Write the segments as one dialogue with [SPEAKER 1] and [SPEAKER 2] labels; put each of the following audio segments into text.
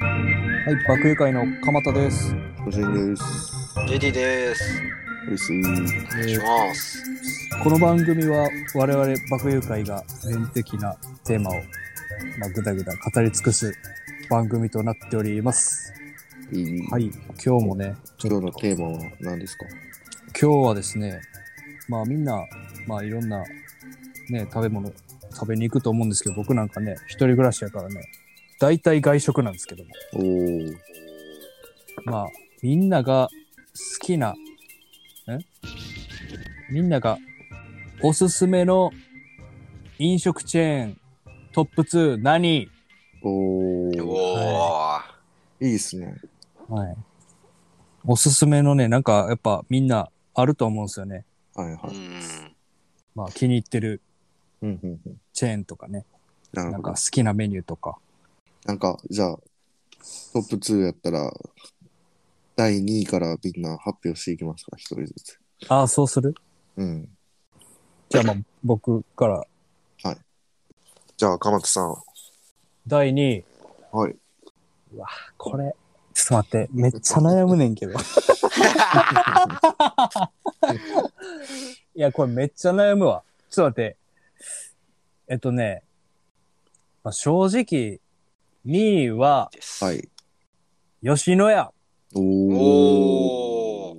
[SPEAKER 1] はい、爆友会の鎌田です。
[SPEAKER 2] おしんです。
[SPEAKER 3] レディです。
[SPEAKER 2] おいす。
[SPEAKER 3] お願いします。
[SPEAKER 1] この番組は我々爆友会が普遍的なテーマを、まあ、ぐだぐだ語り尽くす番組となっております。
[SPEAKER 2] は。
[SPEAKER 1] はいい、今日もね、ち
[SPEAKER 2] 今
[SPEAKER 1] ょっと
[SPEAKER 2] 日のテーマは何ですか
[SPEAKER 1] 今日はですね、まあみんな、まあいろんなね、食べ物食べに行くと思うんですけど、僕なんかね、一人暮らしやからね、大体外食なんですけども、
[SPEAKER 2] おー。
[SPEAKER 1] まあみんなが好きな、えみんながおすすめの飲食チェーントップ2何
[SPEAKER 2] お
[SPEAKER 3] お
[SPEAKER 2] ー。
[SPEAKER 3] おー。
[SPEAKER 2] いいですね。
[SPEAKER 1] はい。おすすめのね、なんかやっぱみんなあると思うんですよね。
[SPEAKER 2] はいうはい。
[SPEAKER 3] ん。
[SPEAKER 1] まあ気に入ってる
[SPEAKER 2] うんうんうん。
[SPEAKER 1] チェーンとかね、
[SPEAKER 2] なる
[SPEAKER 1] なん
[SPEAKER 2] ほど。
[SPEAKER 1] か好きなメニューとか。
[SPEAKER 2] なんか、じゃあ、トップ2やったら、第2位からみんな発表していきますか、一人ずつ。
[SPEAKER 1] ああ、そうする
[SPEAKER 2] うん。
[SPEAKER 1] じゃあまあ僕から
[SPEAKER 2] じゃあ、鎌田さん。
[SPEAKER 1] 第2位。
[SPEAKER 2] はい。
[SPEAKER 1] これ、ちょっと待って、めっちゃ悩むねんけど。いや、これめっちゃ悩むわ。ちょっと待って。えっとね、まあ、正直、2位は
[SPEAKER 3] です。
[SPEAKER 2] は。い。
[SPEAKER 1] 吉野家。
[SPEAKER 2] お
[SPEAKER 3] お
[SPEAKER 2] ー。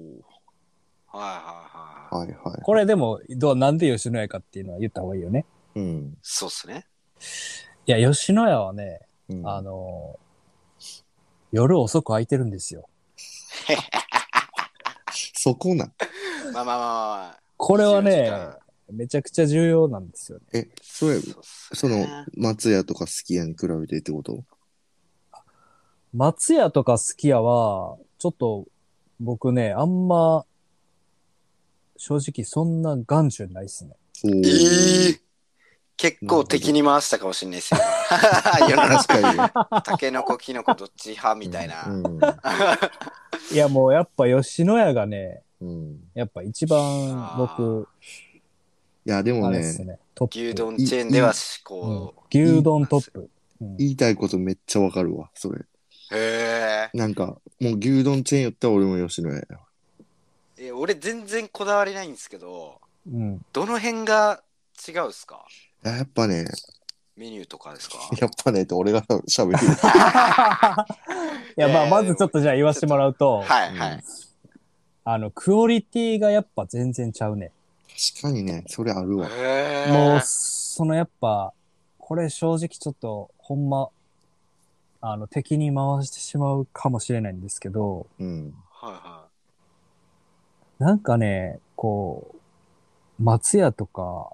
[SPEAKER 3] はいはいはい。
[SPEAKER 2] はいは
[SPEAKER 1] これでも、どう、なんで吉野家かっていうのは言った方がいいよね。
[SPEAKER 2] い。うん。
[SPEAKER 3] そうっすね。
[SPEAKER 1] いや、吉野家はね、
[SPEAKER 2] うん
[SPEAKER 1] あのー夜遅く空いてるんですよ。
[SPEAKER 2] そこな。
[SPEAKER 3] まあまあまあまあ。
[SPEAKER 1] これは
[SPEAKER 3] 24時
[SPEAKER 1] ね、
[SPEAKER 3] 間
[SPEAKER 1] めちゃくちゃ重要なんですよね。
[SPEAKER 2] え、それ、
[SPEAKER 3] うっすね
[SPEAKER 2] その、松屋とかすき家に比べてってこと
[SPEAKER 1] 松屋とかすき家は、ちょっと僕ね、あんま、正直そんな眼中ないっすね。
[SPEAKER 2] おー
[SPEAKER 3] えー結構敵に回したかもしれないですよ。世の
[SPEAKER 2] 確
[SPEAKER 3] 中、
[SPEAKER 2] かに。
[SPEAKER 3] タケノコ、キノコ、どっち派みたいな。
[SPEAKER 2] うん
[SPEAKER 1] いやもうやっぱ吉野家がね、
[SPEAKER 2] うん、
[SPEAKER 1] やっぱ一番僕、
[SPEAKER 2] いや、で
[SPEAKER 1] あ
[SPEAKER 2] も
[SPEAKER 1] れっす
[SPEAKER 2] ね、
[SPEAKER 1] ね、トップ。
[SPEAKER 3] 牛丼チェーンではこう。
[SPEAKER 1] うん牛丼トップ。うん
[SPEAKER 2] 言いたいことめっちゃわかるわ、それ。
[SPEAKER 3] へー
[SPEAKER 2] なんか、もう牛丼チェーンやったら俺も吉野家や。
[SPEAKER 3] え。俺全然こだわりないんですけど、
[SPEAKER 1] うん。
[SPEAKER 3] どの辺が違うっすか
[SPEAKER 2] やっぱね、
[SPEAKER 3] メニューとかです か
[SPEAKER 2] やっぱねって俺が喋 る。
[SPEAKER 1] いや、まあ、まずちょっとじゃあ言わしてもらうと、
[SPEAKER 3] はいはい。
[SPEAKER 1] あの、クオリティがやっぱ全然ちゃうね。
[SPEAKER 2] 確かにね、それあるわ。
[SPEAKER 3] へー
[SPEAKER 1] もう、そのやっぱ、これ正直ちょっと、ほんま、あの、敵に回してしまうかもしれないんですけど、
[SPEAKER 2] うん。
[SPEAKER 3] はいは
[SPEAKER 1] なんかね、こう、松屋とか、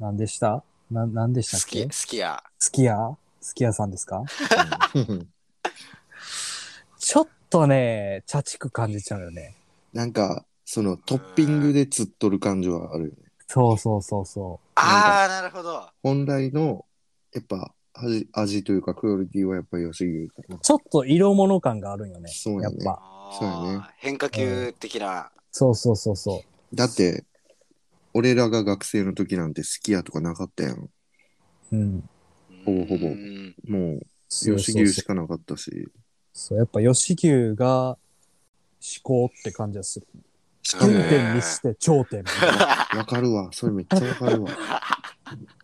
[SPEAKER 1] なんでしたな、なんで
[SPEAKER 3] い。
[SPEAKER 1] したっ
[SPEAKER 3] 好き、
[SPEAKER 1] け
[SPEAKER 3] 好きや。
[SPEAKER 1] すき家すき家さんですか
[SPEAKER 2] うん
[SPEAKER 1] ちょっとね、茶畜感じちゃうよね。
[SPEAKER 2] なんか、そのトッピングで釣っとる感じはあるよね。
[SPEAKER 1] そうそうそうそ
[SPEAKER 3] ああ、なるほど。
[SPEAKER 2] 本来の、やっぱ味、味というかクオリティはやっぱ吉牛かな
[SPEAKER 1] う。。ちょっと色物感があるんよね。
[SPEAKER 2] そう
[SPEAKER 1] や
[SPEAKER 2] や
[SPEAKER 1] っ
[SPEAKER 2] ね。
[SPEAKER 1] ぱ。
[SPEAKER 2] そうやね
[SPEAKER 3] あー変化球的な。
[SPEAKER 1] そうそうそうそう。
[SPEAKER 2] だって、俺らが学生の時なんて好きやとかなかったやん。
[SPEAKER 1] うん。
[SPEAKER 2] ほぼほぼ
[SPEAKER 3] うん
[SPEAKER 2] もう、
[SPEAKER 1] そうそう
[SPEAKER 2] 吉
[SPEAKER 1] そう
[SPEAKER 2] 牛しかなかったし。
[SPEAKER 1] そう、やっぱ吉牛が至高って感じがする。
[SPEAKER 2] しかも
[SPEAKER 1] 原点にして頂点。
[SPEAKER 2] わかるわ。それめっちゃわかるわ。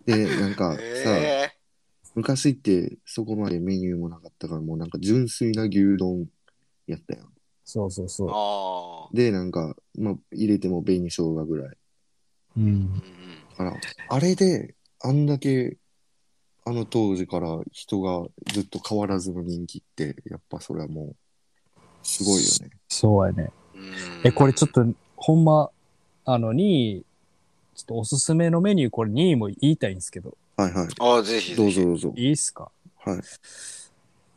[SPEAKER 2] で、なんかさ、
[SPEAKER 3] え
[SPEAKER 2] 昔ってそこまでメニューもなかったから、もうなんか純粋な牛丼やったやん。
[SPEAKER 1] そうそう
[SPEAKER 3] ー、
[SPEAKER 1] そ
[SPEAKER 3] あ
[SPEAKER 2] で、なんか、まあ、入れても紅生姜ぐらい。
[SPEAKER 1] う。うん。
[SPEAKER 3] あ。
[SPEAKER 2] あら、あれで、あんだけ、あの当時から人がずっと変わらずの人気って、やっぱそれはもう、すごいよね。
[SPEAKER 1] そうやね。え、これちょっ
[SPEAKER 3] と。
[SPEAKER 1] と、ほんま、あの、2位、ちょっとおすすめのメニュー、これ2位も言いたいんですけど、
[SPEAKER 2] はいは
[SPEAKER 3] ああ、ぜひ。
[SPEAKER 2] い。どうぞ
[SPEAKER 3] ぜひ。
[SPEAKER 2] どうぞ。
[SPEAKER 1] いいっすか
[SPEAKER 2] はい。
[SPEAKER 1] い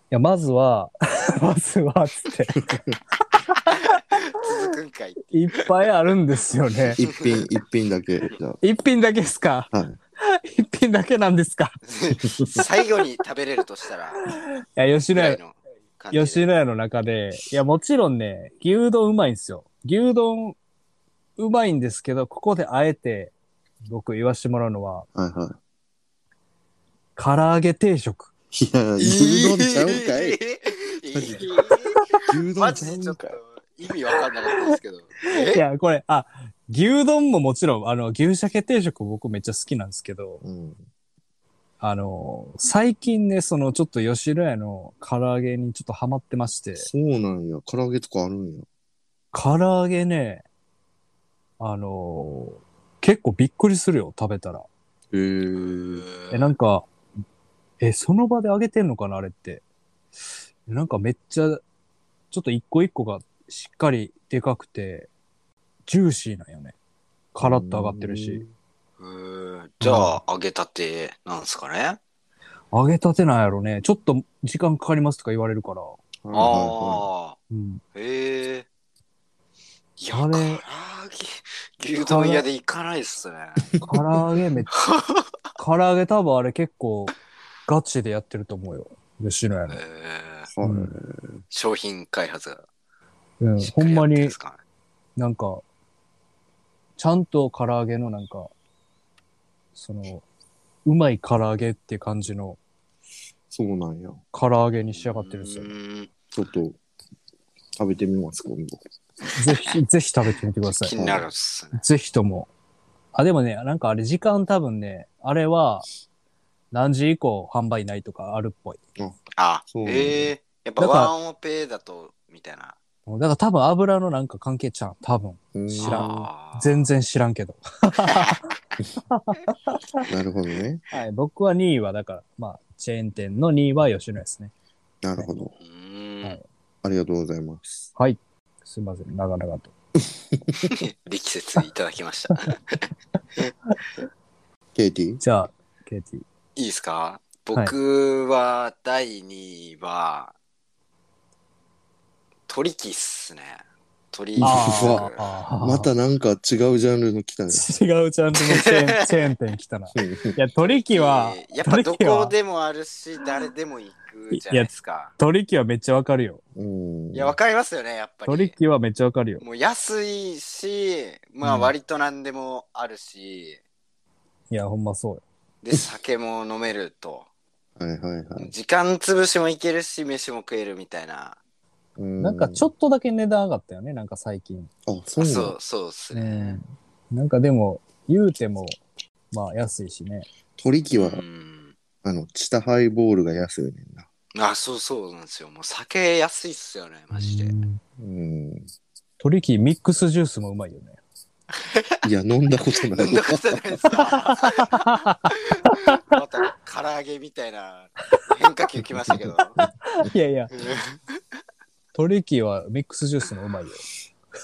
[SPEAKER 1] や、まずは、 まずは、つって、
[SPEAKER 3] 続くんかい。
[SPEAKER 1] いっぱいあるんですよね。
[SPEAKER 2] 一品、一品だけ。じゃ
[SPEAKER 1] 一品だけですか
[SPEAKER 2] あ、はい。
[SPEAKER 1] 一品だけなんですか
[SPEAKER 3] 最後に食べれるとしたら、
[SPEAKER 1] いや、吉
[SPEAKER 3] ぐ
[SPEAKER 1] 野
[SPEAKER 3] ら
[SPEAKER 1] 家
[SPEAKER 3] い、の感じで。
[SPEAKER 1] 吉野家の中で、いや、もちろんね、牛丼うまいんですよ。牛丼うまいんですけど、ここであえて、僕言わしてもらうのは、
[SPEAKER 2] はいはい。
[SPEAKER 1] 唐揚げ定食。
[SPEAKER 2] いや、牛丼ちゃうんかい。
[SPEAKER 3] えー
[SPEAKER 2] 牛
[SPEAKER 3] マ
[SPEAKER 2] 丼ちゃ
[SPEAKER 3] ジ
[SPEAKER 2] う
[SPEAKER 3] でちょ
[SPEAKER 2] ん
[SPEAKER 3] っ
[SPEAKER 2] か
[SPEAKER 3] と
[SPEAKER 2] い。
[SPEAKER 3] 意味わかんなかったですけど。
[SPEAKER 1] い
[SPEAKER 3] え
[SPEAKER 1] や、これ、あ、牛丼ももちろん、あの、牛鮭定食僕めっちゃ好きなんですけど、
[SPEAKER 2] うん。
[SPEAKER 1] あの、最近ね、そのちょっと吉野家の唐揚げにちょっとハマってまして、
[SPEAKER 2] そうなんや。唐揚げとかあるんや。
[SPEAKER 1] 唐揚げね、あの、結構びっくりするよ、食べたら。
[SPEAKER 2] へ
[SPEAKER 3] う
[SPEAKER 2] え。
[SPEAKER 3] ー
[SPEAKER 1] え、なんか、え、その場で揚げてんのかな、あれって。なんかめっちゃ、ちょっと一個一個がしっかりでかくて、ジューシーなんよね。カラッと揚がってるし。
[SPEAKER 3] うーんじゃあ、揚げたてなんですかね。
[SPEAKER 1] 揚げたてなんやろね。ちょっと時間かかりますとか言われるから。
[SPEAKER 2] うん。はいは
[SPEAKER 3] ああ、
[SPEAKER 1] うん。
[SPEAKER 3] へえ。いや、
[SPEAKER 1] あ
[SPEAKER 3] 唐揚
[SPEAKER 1] れ
[SPEAKER 3] げ、牛丼屋で行かないっすね。
[SPEAKER 1] 唐揚げめっちゃ、 唐揚げ多分あれ結構ガチでやってると思うよ。吉野家
[SPEAKER 3] へ
[SPEAKER 1] の。
[SPEAKER 3] え
[SPEAKER 2] いはい。
[SPEAKER 1] う
[SPEAKER 2] は
[SPEAKER 1] ん
[SPEAKER 2] い
[SPEAKER 3] 商品開発が
[SPEAKER 1] うん。
[SPEAKER 3] しっ
[SPEAKER 1] ほ
[SPEAKER 3] かり
[SPEAKER 1] ん
[SPEAKER 3] やっ
[SPEAKER 1] ま
[SPEAKER 3] て
[SPEAKER 1] に
[SPEAKER 3] るですかね。
[SPEAKER 1] なんか、ちゃんと唐揚げのなんか、その、うまい唐揚げって感じの
[SPEAKER 2] そうなんや。
[SPEAKER 1] 唐揚げに仕上がってるんですよ
[SPEAKER 3] う。ーん
[SPEAKER 2] ちょっと、食べてみます、今度。
[SPEAKER 1] ぜひ、ぜひ食べてみてくださ
[SPEAKER 3] 気
[SPEAKER 1] い。
[SPEAKER 3] になるっすね。
[SPEAKER 1] ぜひとも。あ、でもね、なんかあれ時間多分ね、あれは何時以降販売ないとかあるっぽい。
[SPEAKER 3] あ
[SPEAKER 2] そう、なんだ
[SPEAKER 3] へえ。やっぱ
[SPEAKER 1] だから
[SPEAKER 3] ワンオペだと、みたいな。
[SPEAKER 1] だから多分油のなんか関係ちゃん。多分。
[SPEAKER 2] うん
[SPEAKER 1] 知らん
[SPEAKER 3] あー
[SPEAKER 1] 全然知らんけど。
[SPEAKER 2] なるほどね。
[SPEAKER 1] はい、僕は2位はだから、まあ、チェーン店の2位は吉野家ですね。
[SPEAKER 2] なるほど。
[SPEAKER 3] うーん
[SPEAKER 1] はい
[SPEAKER 2] ありがとうございます。
[SPEAKER 1] はい。すいません、長々と。
[SPEAKER 3] 力説いただきました。
[SPEAKER 2] ケイティ
[SPEAKER 1] じゃあ、ケイティ。
[SPEAKER 3] いいですか僕は第2位は、鳥貴っすね。鳥貴。
[SPEAKER 2] あ
[SPEAKER 1] あ
[SPEAKER 2] またなんか違うジャンルの 来たね。
[SPEAKER 1] 違うちゃんとのチェーンチェーン店来たな。いや、トリキは、
[SPEAKER 3] えーやっぱど
[SPEAKER 1] 鳥貴は
[SPEAKER 3] こでもあるし、誰でも行くじゃないですか。
[SPEAKER 1] トリキはめっちゃわかるよ。
[SPEAKER 2] うん。
[SPEAKER 3] いや、わかりますよね、やっぱ
[SPEAKER 1] トリ
[SPEAKER 3] り。
[SPEAKER 1] キはめっちゃわかるよ。
[SPEAKER 3] もう安いし、まあ
[SPEAKER 1] うん
[SPEAKER 3] 割と何でもあるし、
[SPEAKER 1] いや、ほんまそうよ。
[SPEAKER 3] で、酒も飲めると。
[SPEAKER 2] はいはいはい。
[SPEAKER 3] 時間潰しもいけるし、飯も食えるみたいな。
[SPEAKER 2] な
[SPEAKER 1] なんかちょっとだけ値段上がったよね、なんか最近。
[SPEAKER 2] と。あ、そうなん
[SPEAKER 3] そう、そうっすね。
[SPEAKER 1] なんかでも、言うても、まあ安いしね。
[SPEAKER 2] 鳥貴は
[SPEAKER 3] う、ん
[SPEAKER 2] あの、チタハイボールが安いねんな。
[SPEAKER 3] あ、そうそうなんですよ。もう酒安いっすよね、マジで。
[SPEAKER 1] うん
[SPEAKER 2] うん。
[SPEAKER 1] トリキミックスジュースもうまいよね。
[SPEAKER 2] いや、飲んだことな
[SPEAKER 3] 飲
[SPEAKER 2] い
[SPEAKER 3] ん。だことないですか また、唐揚げみたいな変化球きましたけど。
[SPEAKER 1] いやいや、トリキはミックスジュースもうまい よ。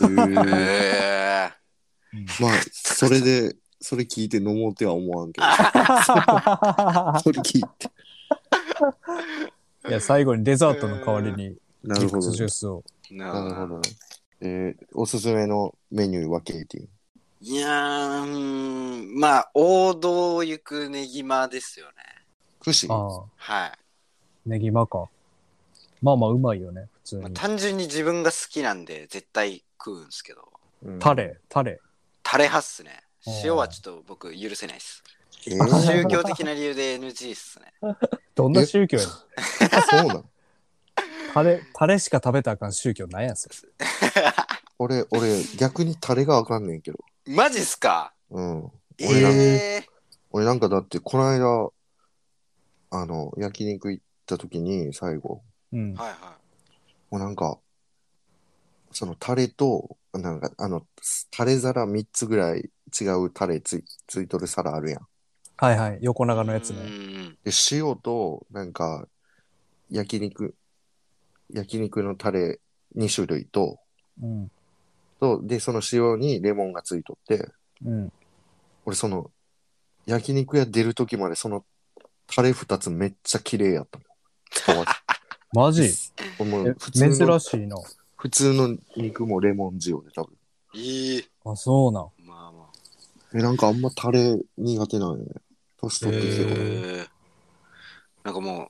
[SPEAKER 2] へえ
[SPEAKER 3] え
[SPEAKER 2] まあ、それ で、それ聞いて飲もうとは思わんけど。鳥貴って。
[SPEAKER 1] いや、最後にデザートの代わりに
[SPEAKER 2] な
[SPEAKER 1] ミッ
[SPEAKER 2] るほ
[SPEAKER 1] クス
[SPEAKER 2] ど。
[SPEAKER 1] ジュースを。
[SPEAKER 3] ー、な
[SPEAKER 2] なるほど。えー、おすすめのメニューはケイティ。
[SPEAKER 3] いやーうーん、まあ、王道を行くネギマですよね。
[SPEAKER 2] 串
[SPEAKER 1] ああ、
[SPEAKER 3] は
[SPEAKER 1] ネギマか。まあまあうまいよね、普通
[SPEAKER 3] い。まあ、
[SPEAKER 1] に。
[SPEAKER 3] 単純に自分が好きなんで、絶対食うんすけど。
[SPEAKER 2] うん
[SPEAKER 1] タレ、タレ。
[SPEAKER 3] タレ派っすね
[SPEAKER 1] あー。
[SPEAKER 3] 塩はちょっと僕許せないっす。
[SPEAKER 2] え
[SPEAKER 1] あ
[SPEAKER 2] ー、
[SPEAKER 3] 宗教的な理由で NG っすね。
[SPEAKER 1] どんな宗教やねん
[SPEAKER 2] そうなん
[SPEAKER 1] タレ、タレしか食べたらあかん宗教なんやそれ。
[SPEAKER 2] 俺、俺、逆にタレがわかんねんけど。
[SPEAKER 3] マジっすか
[SPEAKER 2] うん。
[SPEAKER 3] え
[SPEAKER 2] 俺なん
[SPEAKER 3] えー。
[SPEAKER 2] 俺なんかだって、この間、あの、焼肉行った時に、最後、
[SPEAKER 1] うん。
[SPEAKER 3] はいは
[SPEAKER 2] もうなんか、そのタレと、なんか、あの、タレ皿3つぐらい違うタレついついとる皿あるやん。
[SPEAKER 1] はいはい、横
[SPEAKER 3] い。
[SPEAKER 1] 長のやつ
[SPEAKER 3] う
[SPEAKER 1] ね。
[SPEAKER 3] ん
[SPEAKER 2] で、塩と、なんか、焼肉、焼肉のタレ2種類と、
[SPEAKER 1] うん。
[SPEAKER 2] と、で、その塩にレモンがついとって、
[SPEAKER 1] うん。
[SPEAKER 2] 俺その、焼肉屋出る時までそのタレ2つめっちゃ綺麗やったもん。使わ
[SPEAKER 1] マジ
[SPEAKER 2] ず
[SPEAKER 1] え
[SPEAKER 2] もう普通
[SPEAKER 1] 珍
[SPEAKER 2] の、
[SPEAKER 1] しいな。
[SPEAKER 2] 普通の肉もレモン塩で多分。
[SPEAKER 3] いい。
[SPEAKER 1] あ、そうなん。
[SPEAKER 3] まあまあ。
[SPEAKER 2] え、なんかあんまタレ苦手なんよね。年取ってきてから。
[SPEAKER 3] えーなんかもう、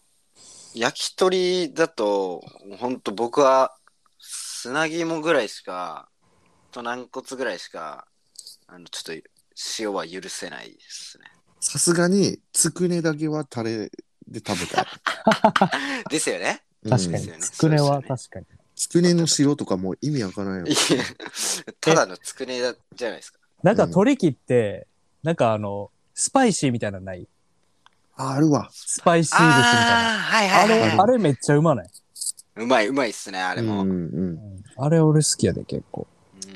[SPEAKER 3] 焼き鳥だと、ほんと僕は、砂肝ぐらいしか、と軟骨ぐらいしか、あの、ちょっと塩は許せないですね。
[SPEAKER 2] さすがに、つくねだけはタレで食べたい。
[SPEAKER 3] ですよね。
[SPEAKER 1] 確か
[SPEAKER 2] うん
[SPEAKER 1] に
[SPEAKER 3] う。ん
[SPEAKER 1] つくねは確かに。
[SPEAKER 2] つくねの白とかもう意味わからんよ
[SPEAKER 3] い。やただのつくねだじゃないですか。
[SPEAKER 1] なんか取り切って、なんかあの、スパイシーみたいなのない
[SPEAKER 2] あ、あるわ。
[SPEAKER 1] スパイシーですみたいな。
[SPEAKER 3] あーはい
[SPEAKER 1] あ
[SPEAKER 3] はい
[SPEAKER 1] れ、
[SPEAKER 3] は
[SPEAKER 1] あれめっちゃうまない、
[SPEAKER 3] い。うまいうまいっすね、あれも。
[SPEAKER 2] う
[SPEAKER 3] うんん。
[SPEAKER 2] うん。
[SPEAKER 1] あれ俺好きやで結構。
[SPEAKER 2] 確